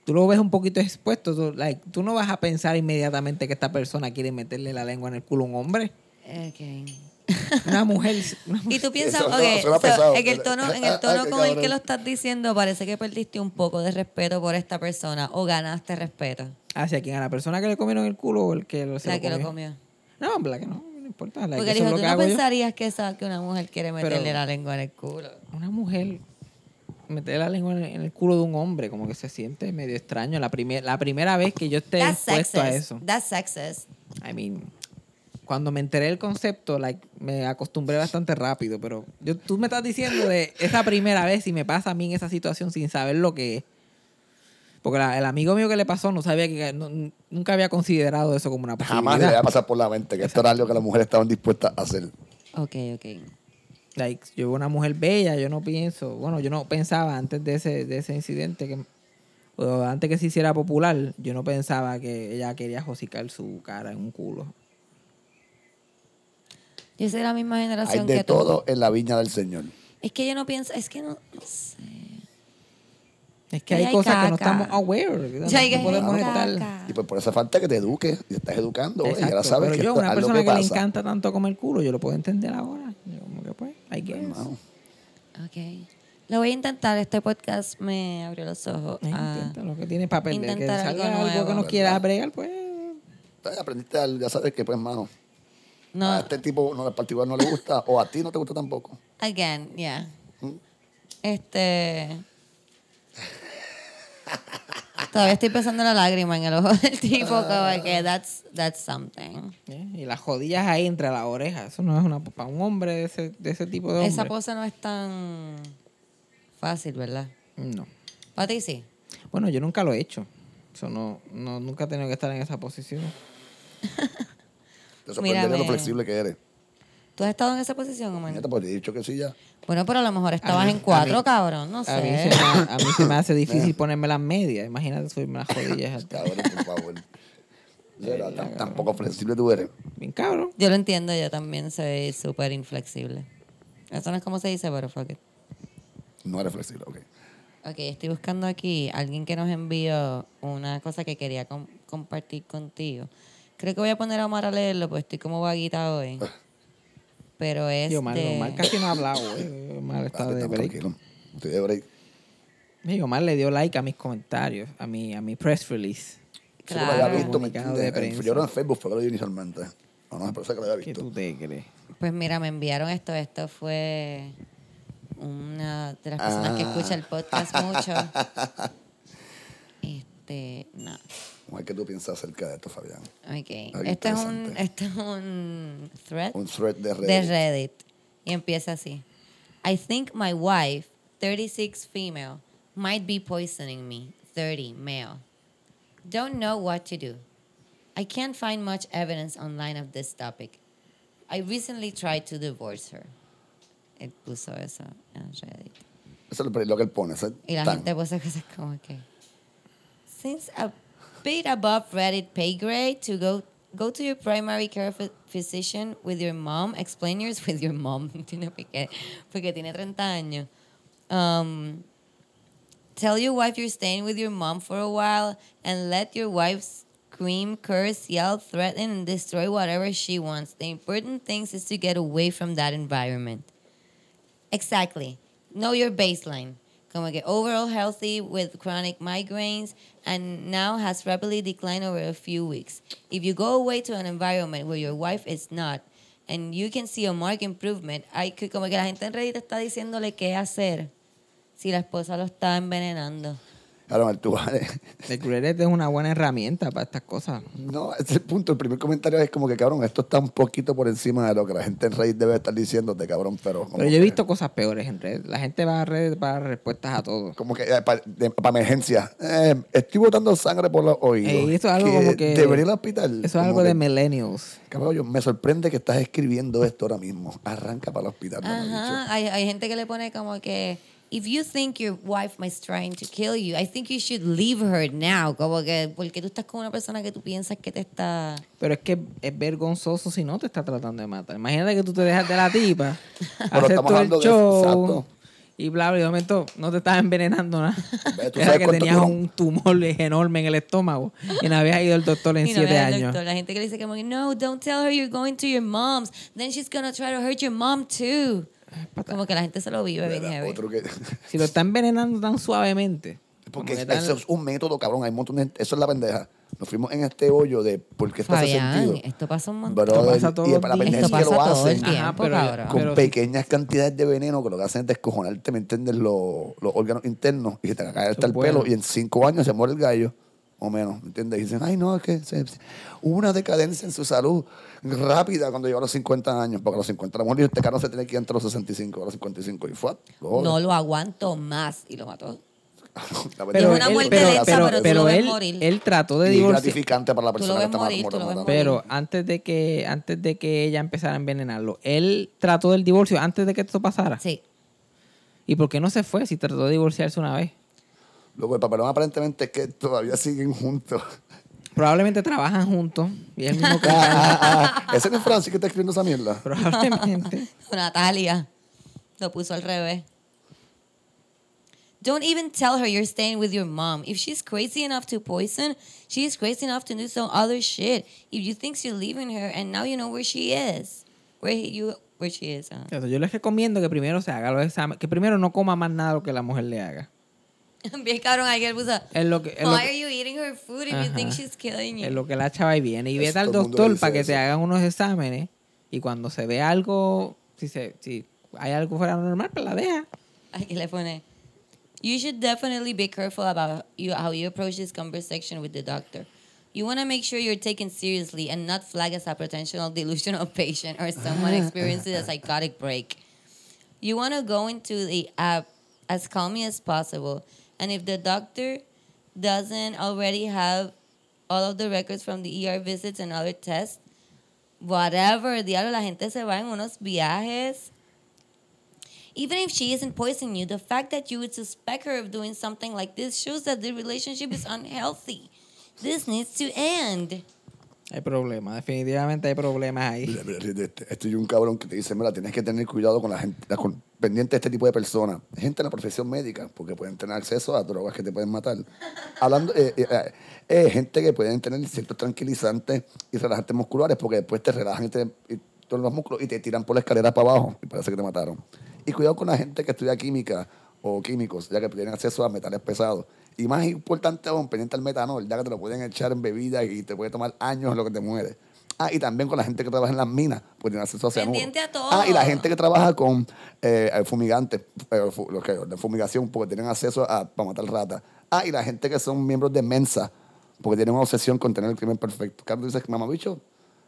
C: tú lo ves un poquito expuesto. Tú, like, tú no vas a pensar inmediatamente que esta persona quiere meterle la lengua en el culo a un hombre.
A: Ok.
C: Una mujer. una mujer-
A: Y tú piensas,
B: Eso no,
A: ok,
B: suena
A: so,
B: pesado.
A: en el tono, en el
B: Ah,
A: tono
B: qué
A: con el que
B: cabrón.
A: lo estás diciendo, parece que perdiste un poco de respeto por esta persona o ganaste respeto.
C: ¿Hacia quién? ah, ¿A la persona que le comieron el culo o el que lo, se
A: la
C: lo
A: que
C: comió?
A: lo comió.
C: No, en verdad que no. No importa. like,
A: Porque
C: eso
A: dijo,
C: es
A: tú
C: lo que
A: no
C: hago yo.
A: pensarías que, esa, que una mujer quiere
C: Pero-
A: meterle la lengua en el culo.
C: Una mujer meter la lengua en el- en el culo de un hombre como que se siente medio extraño. La, primer- la primera vez que yo esté
A: That's
C: expuesto a
A: sexist.
C: eso.
A: That's sexist.
C: I mean, cuando me enteré del concepto, like, me acostumbré bastante rápido, pero yo, tú me estás diciendo de esa primera vez y me pasa a mí en esa situación sin saber lo que es. Porque la- el amigo mío que le pasó no sabía que no- nunca había considerado eso como una
B: Jamás le va
C: posibilidad.
B: a pasar por la mente que esto era algo que las mujeres estaban dispuestas a hacer.
A: Ok, ok.
C: Like, yo veo una mujer bella, yo no pienso, bueno, yo no pensaba antes de ese, de ese incidente que o antes que se hiciera popular, yo no pensaba que ella quería josicar su cara en un culo.
A: Yo soy de la misma
B: Hay
A: generación
B: de
A: que tú.
B: todo en la viña del Señor.
A: Es que yo no pienso, es que no, no sé.
C: Es que
A: Ahí
C: hay,
A: hay
C: cosas que no
A: caca.
C: estamos aware.
A: O sea, hay
C: no
A: que-
C: podemos
A: hay
C: estar.
A: caca.
B: Y pues por esa falta que te eduques, te estás educando, eh, y ahora
C: Ah. Exacto,
B: sabes
C: pero
B: que
C: yo,
B: esto
C: una
B: es algo
C: persona
B: que
C: que, le
B: pasa.
C: encanta tanto comer culo, yo lo puedo entender ahora. Yo como que pues, I guess.
B: Hermano,
A: Ok. Lo voy a intentar. Este podcast me abrió los ojos. Ah,
C: Eh,
A: a-
C: intenta lo que tiene papel perder. Que
A: Intentar
C: salga
A: algo
C: algo, que
A: nuevo.
C: no quieras bregar, pues.
B: eh, Aprendiste, algo, ya sabes que pues, hermano,
A: no,
B: a
C: Ah,
B: este tipo no, en particular no le gusta o a ti no te gusta tampoco.
A: again, yeah.
B: ¿Mm?
A: Este. Todavía estoy pensando en la lágrima en el ojo del tipo,
C: Ah.
A: como que that's, that's something.
C: eh, Y las rodillas ahí entre las orejas. Eso no es una para un hombre de ese, de ese tipo de hombre.
A: Esa pose no es tan fácil, ¿verdad?
C: No.
A: Para ti sí.
C: Bueno, yo nunca lo he hecho. Eso no, no, nunca he tenido que estar en esa posición.
B: Te sorprendería lo
A: Mírame.
B: flexible que eres.
A: ¿Tú has estado en esa posición, Omar?
B: Mira, pues te he dicho que sí ya.
A: Bueno, pero a lo mejor
C: A
A: estabas
C: mí-
A: en
C: a
A: cuatro,
C: mí-
A: cabrón. No sé.
C: A, mí se me, a mí se me hace difícil ponerme las medias. Imagínate subirme las rodillas.
B: Cabrón, por favor. O sea, tan- tampoco flexible tú eres.
C: Bien cabrón.
A: Yo lo entiendo, yo también soy súper inflexible. Eso no es como se dice, pero fuck it.
B: No eres flexible, ok.
A: Ok, estoy buscando aquí alguien que nos envió una cosa que quería com- compartir contigo. Creo que voy a poner a Omar a leerlo, pues estoy como vaguita hoy.
C: Ah.
A: Pero es
C: Yo, Omar,
A: de-
C: Omar casi no ha hablado. eh. Omar está
B: Dale,
C: de
B: estamos
C: break.
B: tranquilos. Estoy de break.
C: Y Omar le dio like a mis comentarios, a mi, a mi press release.
B: Eso que lo había
A: Claro.
B: visto, ¿me
C: Comunicado
B: entiendes?
C: de
B: En-
C: prensa.
B: Yo era en Facebook, fue que lo vi inicialmente. No, no, pero sé que lo había
C: ¿Qué
B: visto.
C: tú te crees?
A: Pues mira, me enviaron esto. Esto fue una de las personas que
B: Ah.
A: escucha el podcast mucho. Este, no.
B: ¿Cómo es que tú piensas acerca de esto, Fabián?
A: Ok.
B: Algo
A: Este es un,
B: interesante.
A: este es un thread.
B: Un thread de redes.
A: de Reddit. Y empieza así. I think my wife, 36 female, might be poisoning me. 30, male. Don't know what to do. I can't find much evidence online of this topic. I recently tried to divorce her. Él puso eso en Reddit.
B: Eso es lo que él pone. ese
A: Y la
B: tan.
A: gente puso cosas como que. Since a bit above Reddit pay grade, to go go to your primary care phy- physician with your mom. Explain yours with your mom. Tiene porque, porque tiene 30 años. Um, tell your wife you're staying with your mom for a while and let your wife scream, curse, yell, threaten, and destroy whatever she wants. The important thing is to get away from that environment. Exactly. Know your baseline. Como que overall healthy with chronic migraines and now has rapidly declined over a few weeks. If you go away to an environment where your wife is not and you can see a marked improvement, hay que como que la gente en Reddit está diciéndole qué hacer si la esposa lo está envenenando.
B: Claro, Mel, tú vas-
C: El Reddit es una buena herramienta para estas cosas.
B: No, ese es el punto. El primer comentario es como que, cabrón, esto está un poquito por encima de lo que la gente en Reddit debe estar diciéndote, cabrón, pero... como
C: Pero yo he
B: que-
C: visto cosas peores en Reddit. La gente va a Reddit para respuestas a todo.
B: Como que eh, para emergencia. Eh, estoy botando sangre por los oídos.
C: Ey, eso es algo como que-
B: Debería ir al hospital.
C: Eso es
B: Como
C: algo de
B: que,
C: millennials.
B: Cabrón, yo- me sorprende que estás escribiendo esto ahora mismo. Arranca para el hospital. me lo han dicho.
A: Ajá, hay, hay gente que le pone como que if you think your wife is trying to kill you, I think you should leave her now, como que porque tú estás con una persona que tú piensas que te está
C: Pero es que es vergonzoso si no te está tratando de matar. Imagínate que tú te dejas de la tipa,
B: Pero
C: haces
B: estamos
C: todo el
B: hablando de-
C: show
B: exacto.
C: y bla, bla, y de momento no te estás envenenando nada.
B: Ve, tú
C: Era
B: sabes
C: que
B: cuánto
C: tenías
B: duró.
C: un tumor enorme en el estómago y no habías ido al doctor en
A: Y no
C: siete
A: ve al
C: años.
A: doctor. La gente que le dice como que, no, don't tell her you're going to your mom's. Then she's gonna try to hurt your mom too. Como que la gente se lo vive bien
B: Mira,
A: heavy.
B: otro que...
C: Si lo está envenenando tan suavemente.
B: Porque
C: como que
B: eso
C: tan-
B: es un método, cabrón. Hay un montón de gente. Eso es la pendeja. Nos fuimos en este hoyo de por qué esto hace
A: Fabián,
B: sentido.
A: esto pasa un montón.
B: Brother,
C: Esto pasa todos
B: y
C: los
B: para la
C: días.
B: pendeja
A: Esto
B: es que lo
A: pasa todo el
B: hacen.
A: tiempo,
C: Ajá, pero-
A: cabrón.
B: con
C: Pero sí.
B: pequeñas cantidades de veneno que lo que hacen es descojonarte, ¿me entiendes? Los, los órganos internos y se te cae hasta el
C: bueno.
B: pelo y en cinco años se muere el gallo o menos, ¿me entiendes? Y dicen, ay no, es que se- se- hubo una decadencia en su salud rápida cuando llegó a los 50 años, porque a los 50 a lo mejor este carro se tiene que ir entre los 65, a los 55 y fue.
A: no lo aguanto más. y lo mató.
C: Pero,
A: Es una
C: él-
A: muerte
C: pero,
A: lenta,
C: pero,
A: pero tú
C: pero
A: lo ves
C: él,
A: morir.
C: él trató de
B: y es
C: divorciar.
B: gratificante para la
A: lo
B: persona
A: ves
B: que está
A: morir,
B: matando.
A: tú lo ves morir.
C: Pero antes de que antes de que ella empezara a envenenarlo, él trató del divorcio antes de que esto pasara.
A: Sí.
C: ¿Y por qué no se fue si trató de divorciarse una vez?
B: Luego el papelón aparentemente es que todavía siguen juntos.
C: Probablemente trabajan juntos y es el mismo
B: Ah,
C: que
B: ah, ah. Ese no es Francis que está escribiendo esa mierda.
C: probablemente.
A: Natalia. Lo puso al revés. Don't even tell her you're staying with your mom. If she's crazy enough to poison, she's crazy enough to do some other shit. If you think you're leaving her and now you know where she is. Where he- you where she is. huh?
C: Eso, yo les recomiendo que primero se haga los exámenes, que primero no coma más nada de lo que la mujer le haga.
A: Bien cabrón, alguien puso.
C: Es lo que es lo
A: Why are
C: que,
A: you eating her food if you think
C: Ajá.
A: she's killing you?
C: es lo que la chava y viene y
B: Eso
C: vete al
B: todo el mundo le
C: doctor
B: dice
C: para que
B: eso.
C: te hagan unos exámenes y cuando se ve algo, si se si hay algo fuera normal, pues la deja.
A: Aquí le pone. You should definitely be careful about you, how you approach this conversation with the doctor. You want to make sure you're taken seriously and not flagged as a potential delusional patient or someone experiencing a psychotic break. You want to go into the app as calmly as possible. And if the doctor doesn't already have all of the records from the ER visits and other tests, whatever, diablo, la gente se va en unos viajes even if she isn't poisoning you, the fact that you would suspect her of doing something like this shows that the relationship is unhealthy. This needs to end.
C: Hay problemas, definitivamente hay problemas ahí.
B: Mira, mira, mira, este- este y un cabrón que te dice, mira, tienes que tener cuidado con la gente, la- con- pendiente de este tipo de personas. Gente en la profesión médica, porque pueden tener acceso a drogas que te pueden matar. Hablando, eh, eh, eh, eh, gente que pueden tener ciertos tranquilizantes y relajantes musculares, porque después te relajan y te y todos los músculos y te tiran por la escalera para abajo y parece que te mataron. Y cuidado con la gente que estudia química o químicos, ya que tienen acceso a metales pesados. Y más importante aún, pendiente al metanol, ya que te lo pueden echar en bebidas y te puede tomar años en lo que te mueres. Ah, y también con la gente que trabaja en las minas, pues tienen acceso a cianuro.
A: Pendiente a todo.
B: Ah, y la gente que trabaja con eh, eh, fumigantes, eh, fu- los que- de fumigación, porque tienen acceso a, para matar ratas. Ah, y la gente que son miembros de Mensa, porque tienen una obsesión con tener el crimen perfecto. Carlos dice, mamá, bicho,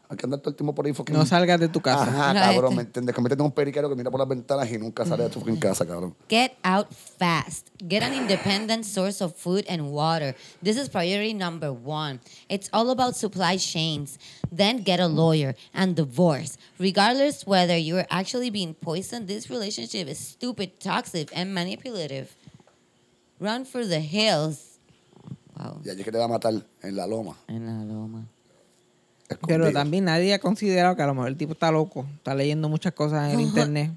B: Hay que andar todo el tiempo por ahí. fucking-
C: No salgas de tu casa.
B: Ajá,
A: No,
B: cabrón,
A: este.
B: ¿me entiendes? Que me tengo un periquero que mira por las ventanas y nunca sale de tu fucking casa, cabrón.
A: Get out fast. Get an independent source of food and water. This is priority number one. It's all about supply chains. Then get a lawyer and divorce. Regardless whether you're actually being poisoned, this relationship is stupid, toxic, and manipulative. Run for the hills. Wow.
B: Y allí es que te va a matar en la loma.
A: En la loma.
C: Pero
B: escondido.
C: también nadie ha considerado que a lo mejor el tipo está loco, está leyendo muchas cosas en el internet.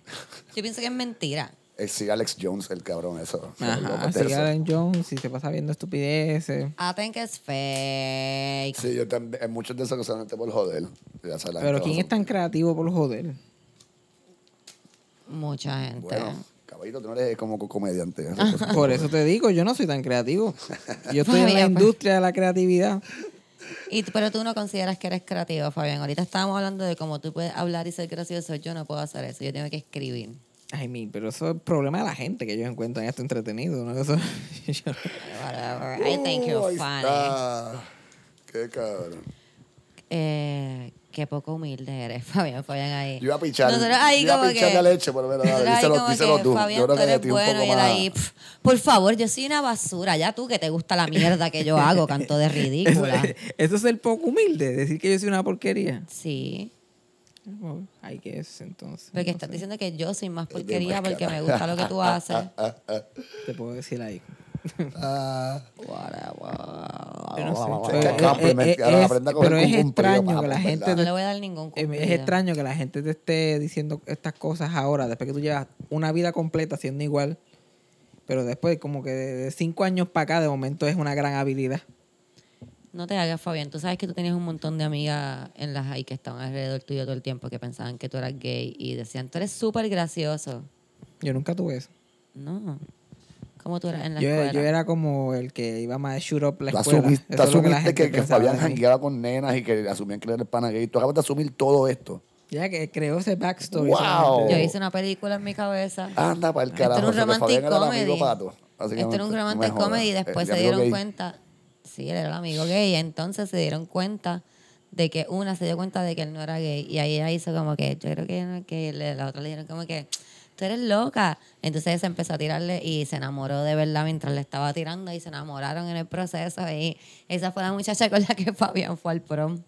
A: Yo pienso que es mentira.
B: Es Sir Alex Jones, el cabrón, eso.
C: Ajá,
B: Loco,
C: así
B: de
C: que
B: eso.
C: Adam Jones, si se pasa viendo estupideces.
A: I think it's fake.
B: Sí, yo también. Hay muchos de esos que se van a por joder. Ya se la
C: Pero
B: gente
C: ¿quién
B: lo-
C: es tan creativo por joder?
A: Mucha gente.
B: Bueno, caballito, tú no eres como co- comediante. esas cosas.
C: Por eso te digo, yo no soy tan creativo. Yo estoy en la
A: Fabián, pues.
C: industria de la creatividad.
A: Y, tú- pero tú no consideras que eres creativo, Fabián. Ahorita estábamos hablando de cómo tú puedes hablar y ser gracioso. Yo no puedo hacer eso. Yo tengo que escribir.
C: Ay, mi, pero eso es problema de la gente que ellos encuentran esto entretenido, ¿no? Eso, yo-
A: Whatever. I think
B: Uh,
A: you're
B: ahí
A: funny.
B: está. Qué cabrón.
A: Eh, qué poco humilde eres, Fabián. Fabián ahí.
B: Yo iba a pichar.
A: Nosotros ahí
B: yo iba
A: como
B: a pichar
A: que-
B: la leche, pero mira,
A: nosotros
B: dale,
A: ahí
B: díselo,
A: como
B: díselo
A: que,
B: tú.
A: Fabián,
B: yo creo
A: tú
B: que de
A: eres
B: ti un
A: bueno.
B: poco
A: Y él
B: más.
A: ahí, "Pff, por favor, yo soy una basura. Ya tú que te gusta la mierda que yo hago, canto de
C: eso,
A: ridícula.
C: eso es el poco humilde, decir que yo soy una porquería.
A: Sí.
C: Ay, ¿qué es entonces?
A: Porque
C: No
A: estás
C: sé.
A: diciendo que yo soy más
B: bien
A: porquería porque me
B: máscara.
A: gusta lo que tú
C: Ah,
A: haces.
C: Te puedo decir ahí.
B: Ah,
C: Yo no sé.
B: vamos,
C: Pero
B: vamos, compliment-
C: es-
B: ahora aprenda a
C: es-
B: coger con
C: pero es
B: un brillo,
C: extraño que
B: vamos,
C: la gente
A: No
B: ¿verdad?
A: le voy a dar ningún
C: Eh,
A: cumplido.
C: Es extraño que la gente te esté diciendo estas cosas ahora, después que tú llevas una vida completa siendo igual, pero después como que de, de cinco años para acá de momento es una gran habilidad.
A: No te hagas, Fabián. Tú sabes que tú tenías un montón de amigas en las high que estaban alrededor tuyo todo el tiempo que pensaban que tú eras gay y decían, tú eres súper gracioso.
C: Yo nunca tuve eso.
A: No. ¿Cómo tú eras en la
C: Yo,
A: escuela?
C: yo era como el que iba más de shoot up la
B: Tú
C: escuela.
B: asumiste,
C: Eso
B: tú
C: es lo que la
B: asumiste
C: gente
B: que, que
C: pensaba
B: Fabián
C: de mí.
B: jangueaba con nenas y que asumían que él era el pana gay. Tú acabas de asumir todo esto.
C: Ya que creó ese backstory.
B: Wow.
C: solamente.
A: Yo hice una película en mi cabeza.
B: Anda para el
A: Esto era
B: carajo. o
A: un
B: sea, que
A: romantic
B: Fabián era el
A: comedy.
B: amigo pato,
A: Esto
B: básicamente.
A: era un
B: No me
A: romantic
B: jodas.
A: comedy y después
B: El
A: se
B: amigo
A: dieron
B: gay.
A: cuenta. Sí, él era el amigo gay. Entonces se dieron cuenta de que una se dio cuenta de que él no era gay. Y ahí ella hizo como que, yo creo que, no- que le- la otra le dijeron como que, tú eres loca. Entonces ella se empezó a tirarle y se enamoró de verdad mientras le estaba tirando y se enamoraron en el proceso. Y esa fue la muchacha con la que Fabián fue al prom.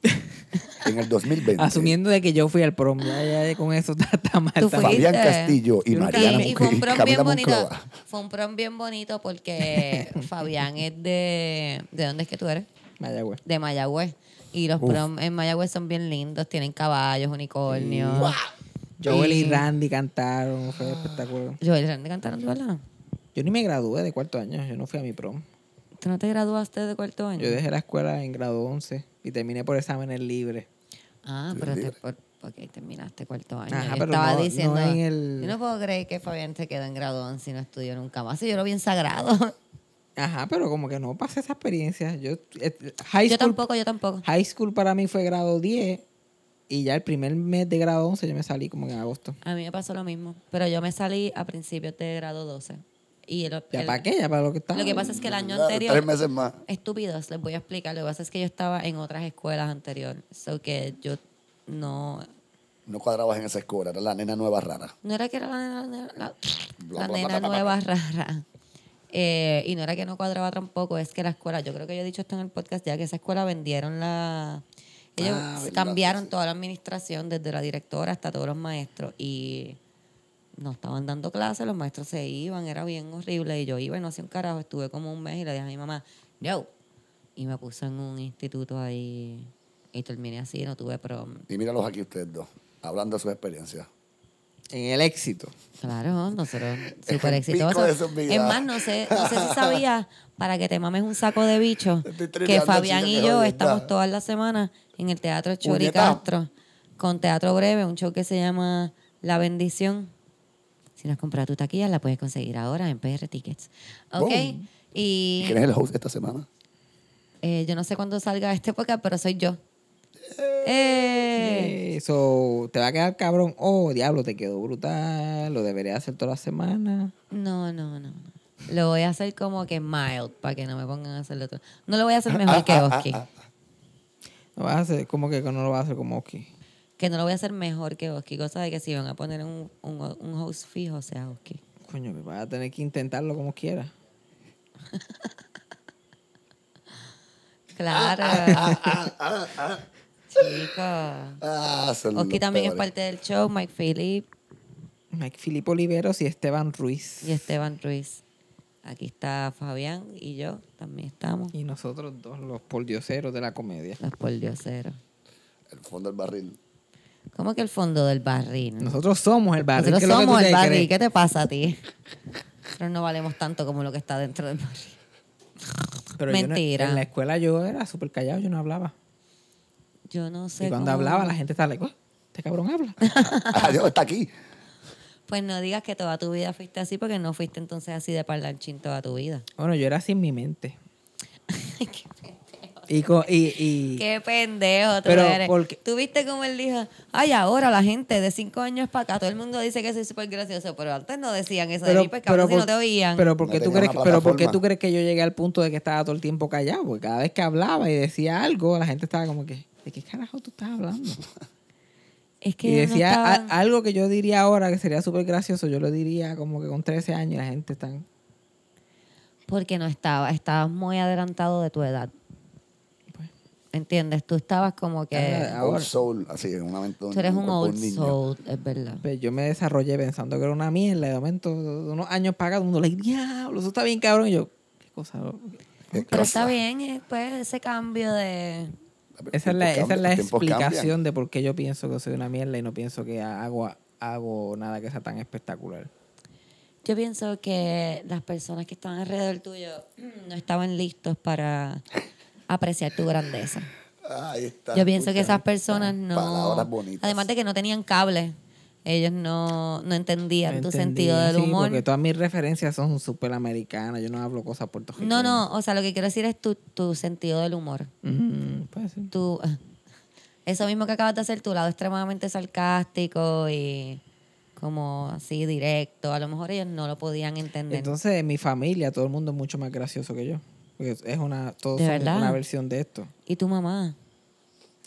B: En el 2020.
C: Asumiendo de que yo fui al prom, ya, ya, ya con eso está, está mal.
A: Tú
C: está mal.
A: fuiste.
B: Fabián Castillo y
C: Yo nunca
B: Mariana
C: vi.
A: y fue un
B: y
A: prom
B: Camila
A: bien bonito.
B: Monclova.
A: Fue un prom bien bonito porque Fabián es de... ¿De dónde es que tú eres?
C: Mayagüez.
A: de Mayagüez. Y los prom en Mayagüez son bien lindos, tienen caballos, unicornios.
C: Joel y
A: Y-
C: Randy cantaron, fue espectacular.
A: Joel Randy cantaron, ¿tú verdad?
C: Yo ni me gradué de cuarto año, yo no fui a mi prom.
A: ¿Tú no te graduaste de cuarto año?
C: Yo dejé la escuela en grado 11 y terminé por exámenes libres.
A: Ah, pero te, por, porque terminaste cuarto año.
C: Ajá,
A: yo
C: pero
A: estaba
C: no- no
A: diciendo,
C: en el-
A: yo no puedo creer que Fabián se quedó en grado 11 y no estudió nunca más. Y yo lo vi en sagrado.
C: Ajá, pero como que no pasé esa experiencia. Yo, eh, high,
A: yo
C: school,
A: tampoco, yo tampoco.
C: high school para mí fue grado 10 y ya el primer mes de grado 11 yo me salí como que en agosto.
A: A mí me pasó lo mismo. Pero yo me salí a principios de grado 12. Y el-
C: ¿Ya
A: el-
C: para qué? ¿Ya para lo que estaba?
A: Lo que pasa es que el año
B: Ah,
A: anterior...
B: Tres meses más.
A: Estúpidos, les voy a explicar. Lo que pasa es que yo estaba en otras escuelas anterior. So que yo no.
B: No cuadrabas en esa escuela. Era la nena nueva rara.
A: No era que era la nena, la nena- la-
B: Bla,
A: la
B: bla,
A: nena
B: bla, bla, bla,
A: nueva rara. Eh, y no era que no cuadraba tampoco, es que la escuela, yo creo que yo he dicho esto en el podcast ya, que esa escuela vendieron la. Ellos
B: Ah, verdad,
A: cambiaron
B: sí, sí.
A: toda la administración, desde la directora hasta todos los maestros. Y no estaban dando clases, los maestros se iban, era bien horrible. Y yo iba y no hacía un carajo, estuve como un mes y le dije a mi mamá, no. Y me puso en un instituto ahí y terminé así, no tuve prom.
B: Y míralos aquí ustedes dos, hablando de sus experiencias.
C: En el éxito.
A: Claro, nosotros
B: el
A: súper
B: pico de
A: exitosos.
B: sus vidas.
A: Es más, no sé, no sé si sabías, para que te mames un saco de bichos, que
B: Estoy tripeando,
A: Fabián
B: chica,
A: y
B: qué
A: yo
B: jodienda.
A: estamos todas las semanas en el Teatro Chori
B: Puñeta.
A: Castro, con Teatro Breve, un show que se llama La Bendición. Si no has comprado tu taquilla, la puedes conseguir ahora en PR Tickets. ¿Ok?
B: Boom.
A: Y
B: ¿Y quién es el host esta semana?
A: eh, yo no sé cuándo salga este podcast, pero soy yo. ¡Eh!
C: Eso, te va a quedar cabrón. Oh, diablo, te quedó brutal. Lo debería hacer toda la semana.
A: No, no, no. no. Lo voy a hacer como que mild, para que no me pongan a hacer lo otro. No lo voy a hacer mejor que Oski.
C: Lo vas a hacer como que no lo vas a hacer como Oski.
A: Que no lo voy a hacer mejor que Oski. Cosa de que si van a poner un, un, un host fijo, sea Oski.
C: Coño, que vas a tener que intentarlo como quieras.
A: Claro. Chico.
B: Ah, son los
A: Oski también es
B: peores.
A: parte del show. Mike Phillip
C: Mike Filipe Oliveros y Esteban Ruiz.
A: y Esteban Ruiz. Aquí está Fabián y yo. También estamos.
C: Y nosotros dos, los poldioseros de la comedia.
A: Los pordioseros.
B: El fondo del barril.
A: ¿Cómo que el fondo del barril?
C: Nosotros somos el barrio.
A: Nosotros
C: ¿qué es lo que tú
A: somos
C: te
A: el barril.
C: crees?
A: ¿Qué te pasa a ti? Nosotros no valemos tanto como lo que está dentro del barril.
C: Pero yo no-
A: Mentira.
C: en la escuela yo era súper callado, yo no hablaba.
A: Yo no sé.
C: y cuando
A: cómo-
C: hablaba, la gente estaba like, "Uah, este cabrón habla.
B: Adiós, Ah, está aquí.
A: Pues no digas que toda tu vida fuiste así, porque no fuiste entonces así de parlanchín toda tu vida.
C: bueno, yo era sin mi mente. Y, co- y, y
A: Qué pendejo tú
C: Pero,
A: eres.
C: ¿por qué?
A: Tú viste como él dijo, ay, ahora la gente de cinco años para acá, todo el mundo dice que soy súper gracioso, pero antes no decían eso de mí, pues cabrón, si
C: por-
A: no te oían.
C: pero, ¿por
B: No
C: qué tú
B: tenía
C: crees
B: una
C: que, pero ¿por qué
B: plataforma.
C: tú crees que yo llegué al punto de que estaba todo el tiempo callado? Porque cada vez que hablaba y decía algo, la gente estaba como que, ¿de qué carajo tú estás hablando?
A: es que
C: Y
A: no
C: decía "Ah, a-
A: estaban-
C: algo que yo diría ahora que sería súper gracioso, yo lo diría como que con 13 años y la gente está...
A: porque no estaba, estabas muy adelantado de tu edad.
C: Pues.
A: ¿Entiendes? Tú estabas como que...
C: Ah,
B: Old
C: Ahora.
B: soul, así, en una mente de un-
A: Eh, Tú eres un
B: cuerpo de
A: old
B: niño.
A: soul, es verdad.
C: Pues yo me desarrollé pensando que era una mierda. y De momento, de unos años para acá, todo el mundo, like, diablo, eso está bien cabrón. Y yo, qué cosa. loco?".
B: Qué
A: Pero
B: cosa.
A: está bien, eh, pues, ese cambio de...
C: Esa es la,
B: Los
C: esa es
B: tiempos
C: la
B: cambian, los tiempos
C: explicación de por qué yo pienso que soy una mierda y no pienso que hago, hago nada que sea tan espectacular.
A: Yo pienso que las personas que estaban alrededor tuyo no estaban listos para apreciar tu grandeza.
B: cambian. Ahí está.
A: Yo pienso que
B: escucha.
A: esas personas no...
B: Palabras bonitas.
A: Además de que no tenían cables. Ellos no, no entendían
C: No
A: tu
C: entendí,
A: sentido del
C: sí,
A: humor.
C: Porque todas mis referencias son súper americanas. Yo no hablo cosas puertorriqueñas.
A: No, no, o sea, lo que quiero decir es tu, tu sentido del humor.
C: Mm, pues sí.
A: Tu, eso mismo que acabas de hacer, tu lado extremadamente sarcástico y como así directo. A lo mejor ellos no lo podían entender.
C: Entonces, en mi familia, todo el mundo es mucho más gracioso que yo. Porque es una, todos
A: ¿De
C: son
A: verdad?
C: una versión de esto.
A: ¿Y tu mamá?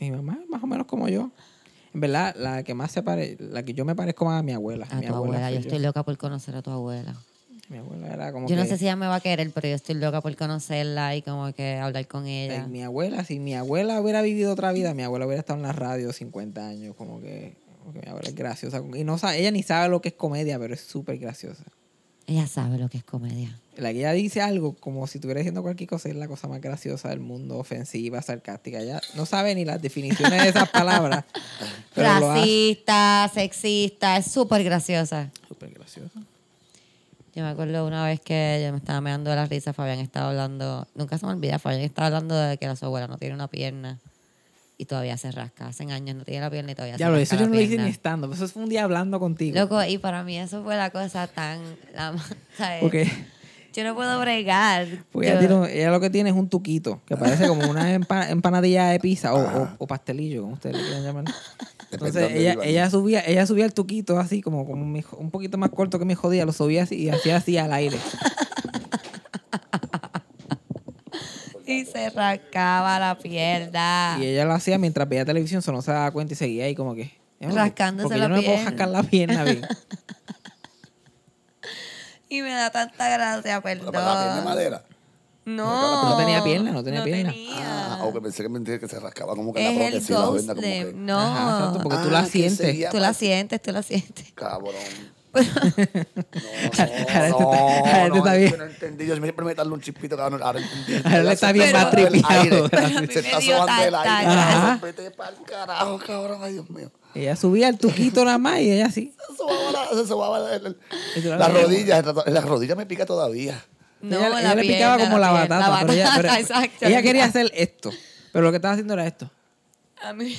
C: Mi mamá es más o menos como yo. En verdad, la que más se pare, la que yo me parezco más a mi abuela.
A: A
C: mi
A: Ah, tu abuela.
C: soy
A: Yo estoy loca por conocer a tu abuela.
C: Mi abuela era como
A: Yo no
C: que-
A: sé si ella me va a querer, pero yo estoy loca por conocerla y como que hablar con
C: like,
A: ella.
C: mi abuela, si mi abuela hubiera vivido otra vida, mi abuela hubiera estado en la radio 50 años, como que, como que mi abuela es graciosa. Y no sabe, ella ni sabe lo que es comedia, pero es súper graciosa.
A: Ella sabe lo que es comedia.
C: La que ella dice algo como si estuviera diciendo cualquier cosa, es la cosa más graciosa del mundo, ofensiva, sarcástica. Ella no sabe ni las definiciones de esas palabras. pero lo hace
A: Racista, sexista, es súper graciosa.
C: súper graciosa.
A: Yo me acuerdo una vez que yo me estaba meando de la risa, Fabián estaba hablando, nunca se me olvida, Fabián estaba hablando de que la su abuela no tiene una pierna y todavía se rasca. Hace años no tiene la pierna y todavía
C: Ya lo,
A: se rasca
C: eso yo
A: la
C: no lo hice
A: pierna.
C: ni estando, eso fue un día hablando contigo.
A: Loco, y para mí eso fue la cosa tan... La, ma- ¿sabes?
C: porque
A: Yo no puedo bregar.
C: Porque
A: eh, Yo-
C: ella, tiene- ella lo que tiene es un tuquito, que parece como una empa- empanadilla de pizza o, o, o pastelillo, como ustedes le quieran llamar.
B: Depende de
C: Entonces
B: dónde
C: ella,
B: vivan.
C: ella subía ella subía el tuquito así, como, como mi jo- un poquito más corto que mi jodía, lo subía así y hacía así al aire.
A: Y se rascaba la pierna.
C: Y ella lo hacía mientras veía televisión, solo no se daba cuenta y seguía ahí como que... "Eh,
A: Rascándose
C: porque
A: la
C: yo no me puedo
A: pierna".
C: rascar la pierna bien.
A: Y me da tanta gracia, perdón.
B: Pero para la pierna de madera.
A: No.
C: No tenía pierna, no tenía pierna.
A: tenía.
B: Ah, aunque pensé que me decía que se rascaba como que la
A: es el
B: prótesis, la venda
A: ghost
B: como que.
A: de... No.
C: Ajá, exacto, porque tú la
B: Ah, que
C: sientes.
B: sería-
A: Tú la sientes, tú la sientes.
B: Cabrón.
C: Ahora
B: No,
C: tú
B: no,
C: estás- ahora
B: no,
C: tú
B: no,
C: estás
B: es
C: bien.
B: que no entendí. Yo siempre me darle un chispito, cabrón. Ahora entendí.
C: Ahora le está bien
A: Pero-
C: más tripiado.
A: pero a mí me
B: Se está
A: dio
B: sobando el
A: tanta
B: aire.
A: gracia.
B: Vete pa'l carajo, cabrón. Ay, Dios mío.
C: Ella subía el tuquito nada más y ella así.
B: Se sobaba la- se sobaba el- el-
C: Y tú la
B: las
C: veías.
B: rodillas. Las rodillas me pica todavía.
A: No,
C: ella
A: la
C: ella le picaba
A: pierna,
C: como la,
A: pierna,
C: batata. pero ella, pero-
A: exacto.
C: ella quería hacer esto, pero lo que estaba haciendo era esto.
A: A mí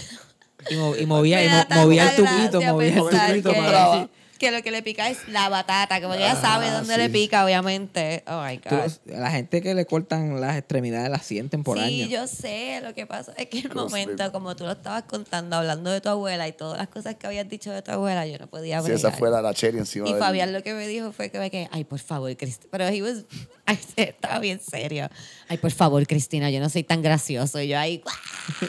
C: Y, mo- y movía,
A: me
C: y
A: da
C: mo-
A: tanta
C: movía el tuquito,
A: gracia
C: movía el
A: pensar
C: tuquito.
A: que-
C: para ver
A: Que lo que le pica es la batata, como que ella sabe dónde le pica, obviamente. Oh my
C: si- Ah, tú
A: God.
C: los- la gente que le cortan las extremidades las sienten por
A: sí,
C: años.
A: yo sé, lo que pasa es que el
B: Dios
A: momento,
B: mío.
A: como tú lo estabas contando, hablando de tu abuela y todas las cosas que habías dicho de tu abuela, yo no podía
B: Si
A: bregar.
B: esa fuera la cherry encima
A: Y
B: del-
A: Fabián lo que me dijo fue que, me quedé, ay, por favor, Cristina. Pero he was, estaba bien serio. Ay, por favor, Cristina, yo no soy tan gracioso. Y yo ahí,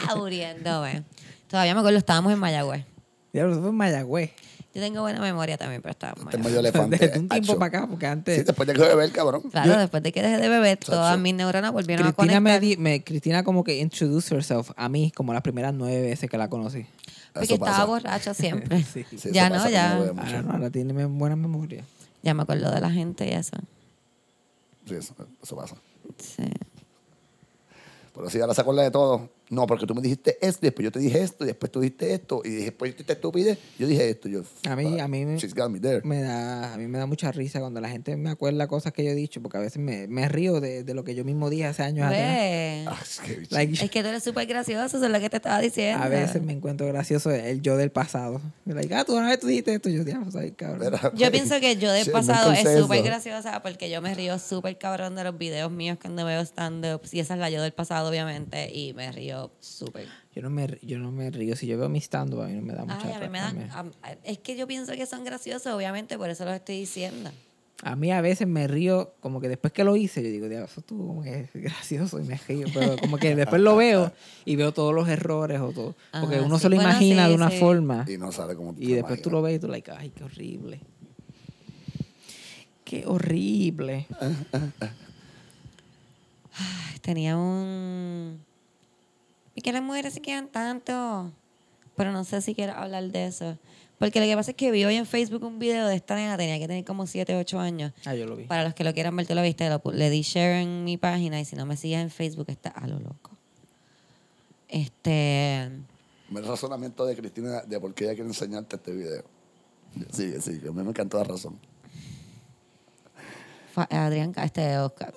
A: ¡guau! Muriéndome. Todavía me acuerdo, estábamos en Mayagüez.
C: Diablo, eso fue en Mayagüez.
A: Yo tengo buena memoria también, pero estábamos en
B: Este
A: Mayagüez.
B: medio elefante.
C: Desde un tiempo
B: hacho.
C: para acá, este. porque antes.
B: Sí, después de que beber, cabrón.
A: Claro, después de que dejé de beber, todas mis neuronas volvieron
C: Cristina,
A: a
C: me,
A: conectar.
C: di- me- Cristina como que introduce herself a mí como las primeras nueve veces que la conocí.
A: Porque
B: Eso pasa.
A: estaba borracha siempre.
C: Sí.
B: Sí, eso
A: ya no,
B: pasa cuando
A: ya.
B: uno bebe mucho.
C: Ahora, no, ahora tiene me- buena memoria.
A: Ya me acuerdo de la gente y eso.
B: Sí, eso, eso pasa.
A: Sí.
B: Pero si ahora se acuerda de todo. No, porque tú me dijiste esto, y después yo te dije esto, y después tú dijiste esto, y después yo te estupidez, yo dije esto. Yo, "Ah,
C: A mí- a mí me-
B: She's got me there.
C: Me da, a mí me da mucha risa cuando la gente me acuerda cosas que yo he dicho, porque a veces me, me río de, de lo que yo mismo dije hace años atrás.
A: Ve.
B: Ah, es que-
C: Like,
A: Es que tú eres súper gracioso, eso es lo que te estaba diciendo.
C: a veces me encuentro gracioso el yo del pasado. Like, ah, tú una vez tú dijiste esto, yo diablo, soy cabrón.
B: Mira,
A: Yo pienso que yo del
B: shit,
A: pasado
B: nunca
A: es
B: usé eso.
A: súper graciosa porque yo me río súper cabrón de los videos míos cuando veo stand-ups y esa es la yo del pasado, obviamente, y me río súper.
C: Yo no me, ri- yo no me río. Si yo veo mi stand-up, a mí no me da mucha
A: Ay, a mí me
C: risa,
A: dan-
C: me-
A: a- a- es que yo pienso que son graciosos, obviamente, por eso los estoy diciendo.
C: A mí a veces me río, como que después que lo hice, yo digo, diablo, eso estuvo como que gracioso y me río, pero como que después lo veo y veo todos los errores o todo. Porque
A: Ajá,
C: uno
A: Ah, sí.
C: se lo
A: Bueno,
C: imagina
A: sí,
C: de una
A: sí.
C: forma
B: Y no sabe cómo
C: y después tú lo ves y tú, like, ay, qué horrible. Qué horrible.
A: Ay, Tenía un... ¿Y que las mujeres se quedan tanto? Pero no sé si quiero hablar de eso. Porque lo que pasa es que vi hoy en Facebook un video de esta nena, tenía que tener como 7, 8 años.
C: Ah, yo lo vi.
A: Para los que lo quieran ver, tú lo viste, lo pu- le di share en mi página y si no me sigues en Facebook está a lo loco. Este,
B: El razonamiento de Cristina de por qué ella quiere enseñarte este video. Sí, sí, a mí me encantó la razón.
A: fa- Adrián, ca- este, Oscar.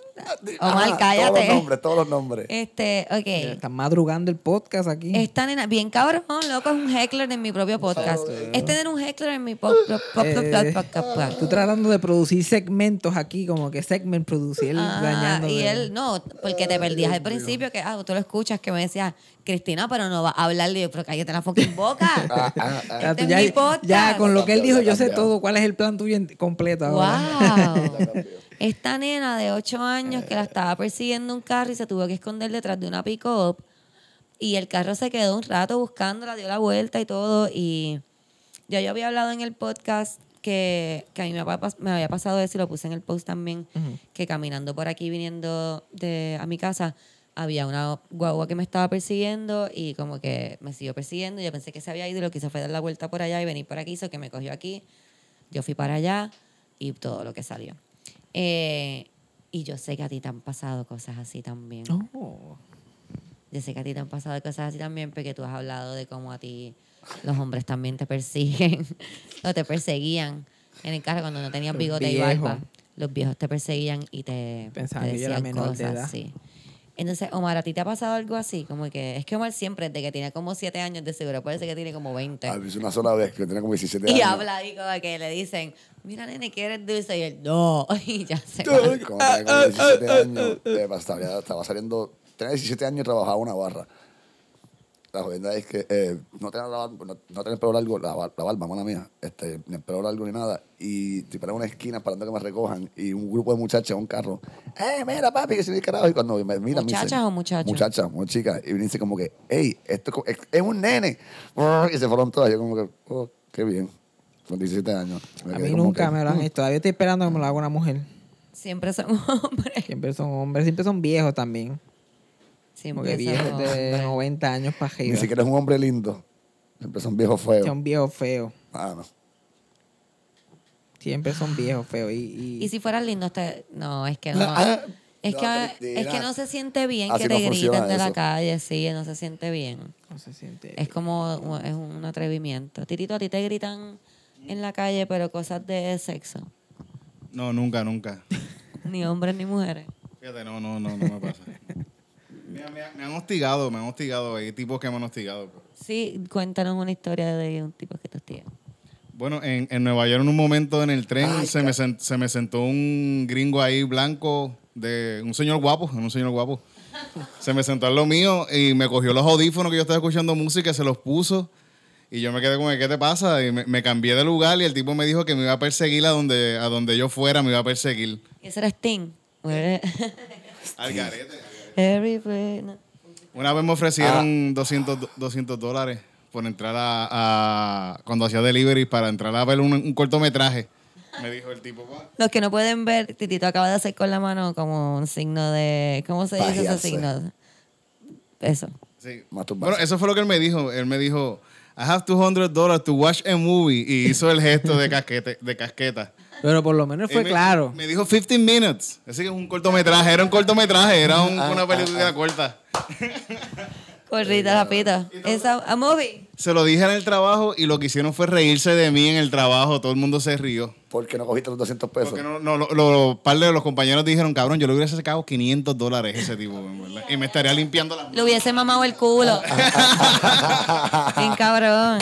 A: Omar,
C: ah,
B: Ajá, Todos los
A: cállate.
B: nombres, todos los nombres.
A: Este, ok.
C: Están madrugando el podcast aquí.
A: Esta nena, bien cabrón, loco, es un heckler en mi propio podcast. Este nena es un heckler en mi podcast.
C: Eh, Tú tratando de producir segmentos aquí, como que segment producir,
A: Ah,
C: dañando.
A: y él no, porque te perdías al principio que ah, tú lo escuchas que me decías, Cristina, pero no va a hablarle, yo, pero cállate la fucking boca.
B: Ah, ah, ah.
A: Este es
C: pues ya,
A: mi podcast.
C: ya con lo que él dijo, yo sé
B: Cambiado.
C: todo. ¿Cuál es el plan tuyo en- completo ahora?
A: ¡Wow! Esta nena de 8 años que la estaba persiguiendo un carro y se tuvo que esconder detrás de una pick-up. Y el carro se quedó un rato buscándola, dio la vuelta y todo. Y ya yo había hablado en el podcast que, que a mí me había, pas- me había pasado eso y lo puse en el post también, que caminando por aquí viniendo de, a mi casa, había una guagua que me estaba persiguiendo y como que me siguió persiguiendo. Yo pensé que se había ido y lo que hizo fue dar la vuelta por allá y venir por aquí, hizo que me cogió aquí. Yo fui para allá y todo lo que salió. Eh, y yo sé que a ti te han pasado cosas así también.
C: Oh.
A: Yo sé que a ti te han pasado cosas así también porque tú has hablado de cómo a ti los hombres también te persiguen o te perseguían en el carro cuando no tenías
C: Los
A: bigote y
C: viejos.
A: barba. Los viejos te perseguían y te,
C: Pensaban
A: te
C: que yo era
A: decían
C: menor de
A: cosas
C: edad.
A: sí. Entonces, Omar, ¿a ti te ha pasado algo así? Como que, es que Omar siempre, desde que tiene como 7 años de seguro, parece que tiene como 20.
B: Ah, es una sola vez que tenía como 17 años.
A: Y habla y como que le dicen, mira nene, ¿quieres dulce? Y él, no. Y ya se va.
B: Cuando tenía como 17 años, eh, estaba, estaba saliendo, tenía 17 años y trabajaba una barra. La jodienda es que eh, no tenía la barba- no, no tenía el pelo largo, la, bar- la barba, mala mía, este, ni el pelo largo ni nada. Y estoy parado en una esquina esperando que me recojan y un grupo de muchachas en un carro. ¡Eh, mira, papi, que soy carajo! Y cuando me miran, me dicen-
A: ¿Muchachas o muchachos?
B: Muchachas, muy chicas. Y me dicen como que, ¡Ey, esto es co- es, es un nene! Y se fueron todas. Yo como que, ¡Oh, qué bien! Con 17 años.
C: A
B: quedé
C: mí
B: como
C: nunca
B: que, "Mm".
C: me lo han hecho. Todavía estoy esperando que me lo haga una mujer.
A: Siempre son hombres.
C: Siempre son hombres, siempre son viejos también.
A: Siempre
C: Porque
A: son
C: viejos de
A: hombres.
C: 90 años para arriba.
B: Ni siquiera es un hombre lindo. Siempre son viejos feos.
C: Son viejos feos.
B: Ah, no.
C: Siempre son viejos feos. Y, y-
A: Y si fueras lindo, te- no, es que no.
B: Ah,
A: Es
B: no,
A: que, es
B: Cristina.
A: que no se siente bien
B: Así
A: que
B: no
A: te
B: funciona
A: griten de la
B: eso.
A: calle, sí, no se siente bien.
C: no se siente.
A: Es como un- es un atrevimiento. Titito, a ti te gritan en la calle, pero cosas de sexo.
F: No, nunca, nunca.
A: Ni hombres ni mujeres.
F: Fíjate, no, no, no, no me pasa. Mira, me, me han hostigado, me han hostigado. Hay tipos que me han hostigado.
A: Sí, cuéntanos una historia de un tipo que te hostiga.
F: Bueno, en, en Nueva York en un momento en el tren se, me sen- se me sentó un gringo ahí blanco, de un señor guapo, un señor guapo. Se me sentó en lo mío y me cogió los audífonos que yo estaba escuchando música, se los puso y yo me quedé como, que, ¿qué te pasa? Y me, me cambié de lugar y el tipo me dijo que me iba a perseguir a donde, a donde yo fuera, me iba a perseguir.
A: ¿Y ese era Sting?
F: Al garete.
A: Every breath- no.
F: Una vez me
B: Ah.
F: ofrecieron 200, do- 200 dólares por entrar a, a- Cuando hacía delivery, para entrar a ver un, un cortometraje. Me dijo el tipo, "Va".
A: Los que no pueden ver, Titito acaba de hacer con la mano como un signo de. ¿Cómo se dice ese
B: Pajearse.
A: signo? Eso.
F: Sí.
B: Masturbarse.
F: Bueno, eso fue lo que él me dijo. Él me dijo, I have 200 dólares to watch a movie. Y hizo el gesto de, casquete, de casqueta.
C: Pero por lo menos
F: Él
C: fue
F: me-
C: claro.
F: Me dijo 15 minutes. Así que es un cortometraje. Era un cortometraje. Era un-
B: Ah,
F: una
B: ah,
F: película corta.
A: Corrita, rapita. It's a, a movie.
F: Se lo dije en el trabajo y lo que hicieron fue reírse de mí en el trabajo. Todo el mundo se rió.
B: ¿Por qué no cogiste los 200 pesos?
F: Porque no, no, lo- lo- lo- par de los compañeros dijeron, cabrón, yo le hubiera sacado 500 dólares a ese tipo, en verdad. Y me estaría limpiando las manos.
A: Le hubiese mamado el culo. Bien cabrón.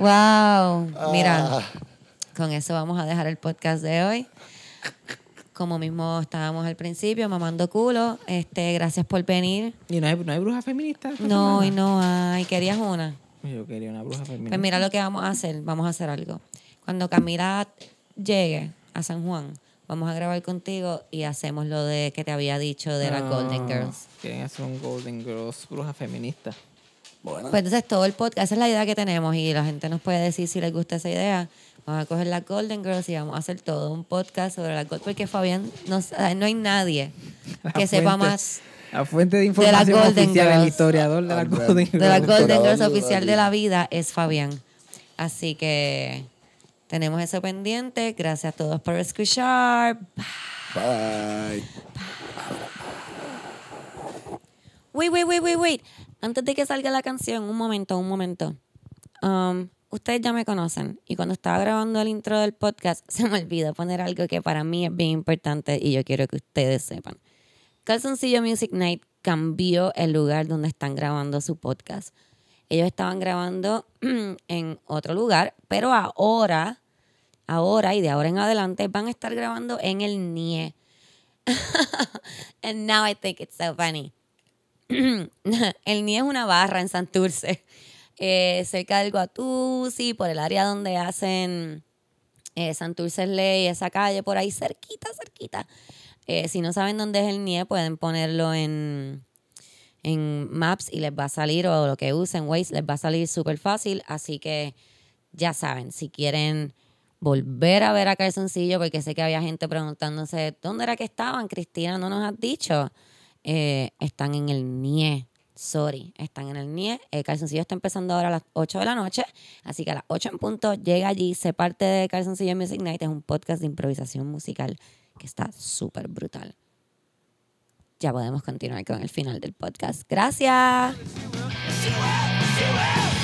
A: Wow. Mira, con eso vamos a dejar el podcast de hoy. Como mismo estábamos al principio, mamando culo. Este, gracias por venir.
C: Y no hay, no hay bruja feminista. esta
A: No, y
C: semana?
A: no hay. Querías una.
C: Yo quería una bruja feminista.
A: Pues mira lo que vamos a hacer. Vamos a hacer algo. Cuando Camila llegue a San Juan, vamos a grabar contigo y hacemos lo de que te había dicho de las
C: No,
A: Golden Girls.
C: Ah, Quieren hacer un Golden Girls bruja feminista.
B: Bueno,
A: Pues entonces todo el podcast, esa es la idea que tenemos y la gente nos puede decir si les gusta esa idea. Vamos a coger las Golden Girls y vamos a hacer todo un podcast sobre las Golden porque Fabián no, sa- no hay nadie
C: La
A: que sepa
C: fuente-
A: más
C: La fuente de
A: las
C: información
A: Golden
C: oficial, el
A: Girls.
C: historiador de la
B: Ah, bueno.
C: Golden
A: de
C: Girls.
A: las Golden Girls
B: Doctorado,
A: oficial de la vida es Fabián. Así que tenemos eso pendiente. Gracias a todos por escuchar.
B: bye.
A: Wait, wait, wait, wait, wait. Antes de que salga la canción, un momento, un momento. Um, ustedes ya me conocen y cuando estaba grabando el intro del podcast se me olvidó poner algo que para mí es bien importante y yo quiero que ustedes sepan. Calzoncillo Music Night cambió el lugar donde están grabando su podcast. Ellos estaban grabando en otro lugar, pero ahora, ahora y de ahora en adelante van a estar grabando en el NIE. And now I think it's so funny. el NIE es una barra en Santurce, eh, cerca del Guatusi, por el área donde hacen eh, Santurce Ley, esa calle, por ahí cerquita, cerquita. Eh, si no saben dónde es el NIE, pueden ponerlo en, en Maps y les va a salir, o lo que usen, Waze, les va a salir súper fácil. Así que ya saben, si quieren volver a ver a Calzoncillo, porque sé que había gente preguntándose, ¿dónde era que estaban, Cristina? No nos has dicho. Eh, están en el NIE. Sorry, están en el NIE. El calzoncillo está empezando ahora a las 8 de la noche. Así que a las 8 en punto llega allí, se parte de Calzoncillo Music Night. Es un podcast de improvisación musical que está súper brutal. Ya podemos continuar con el final del podcast. Gracias.
G: She will, she will,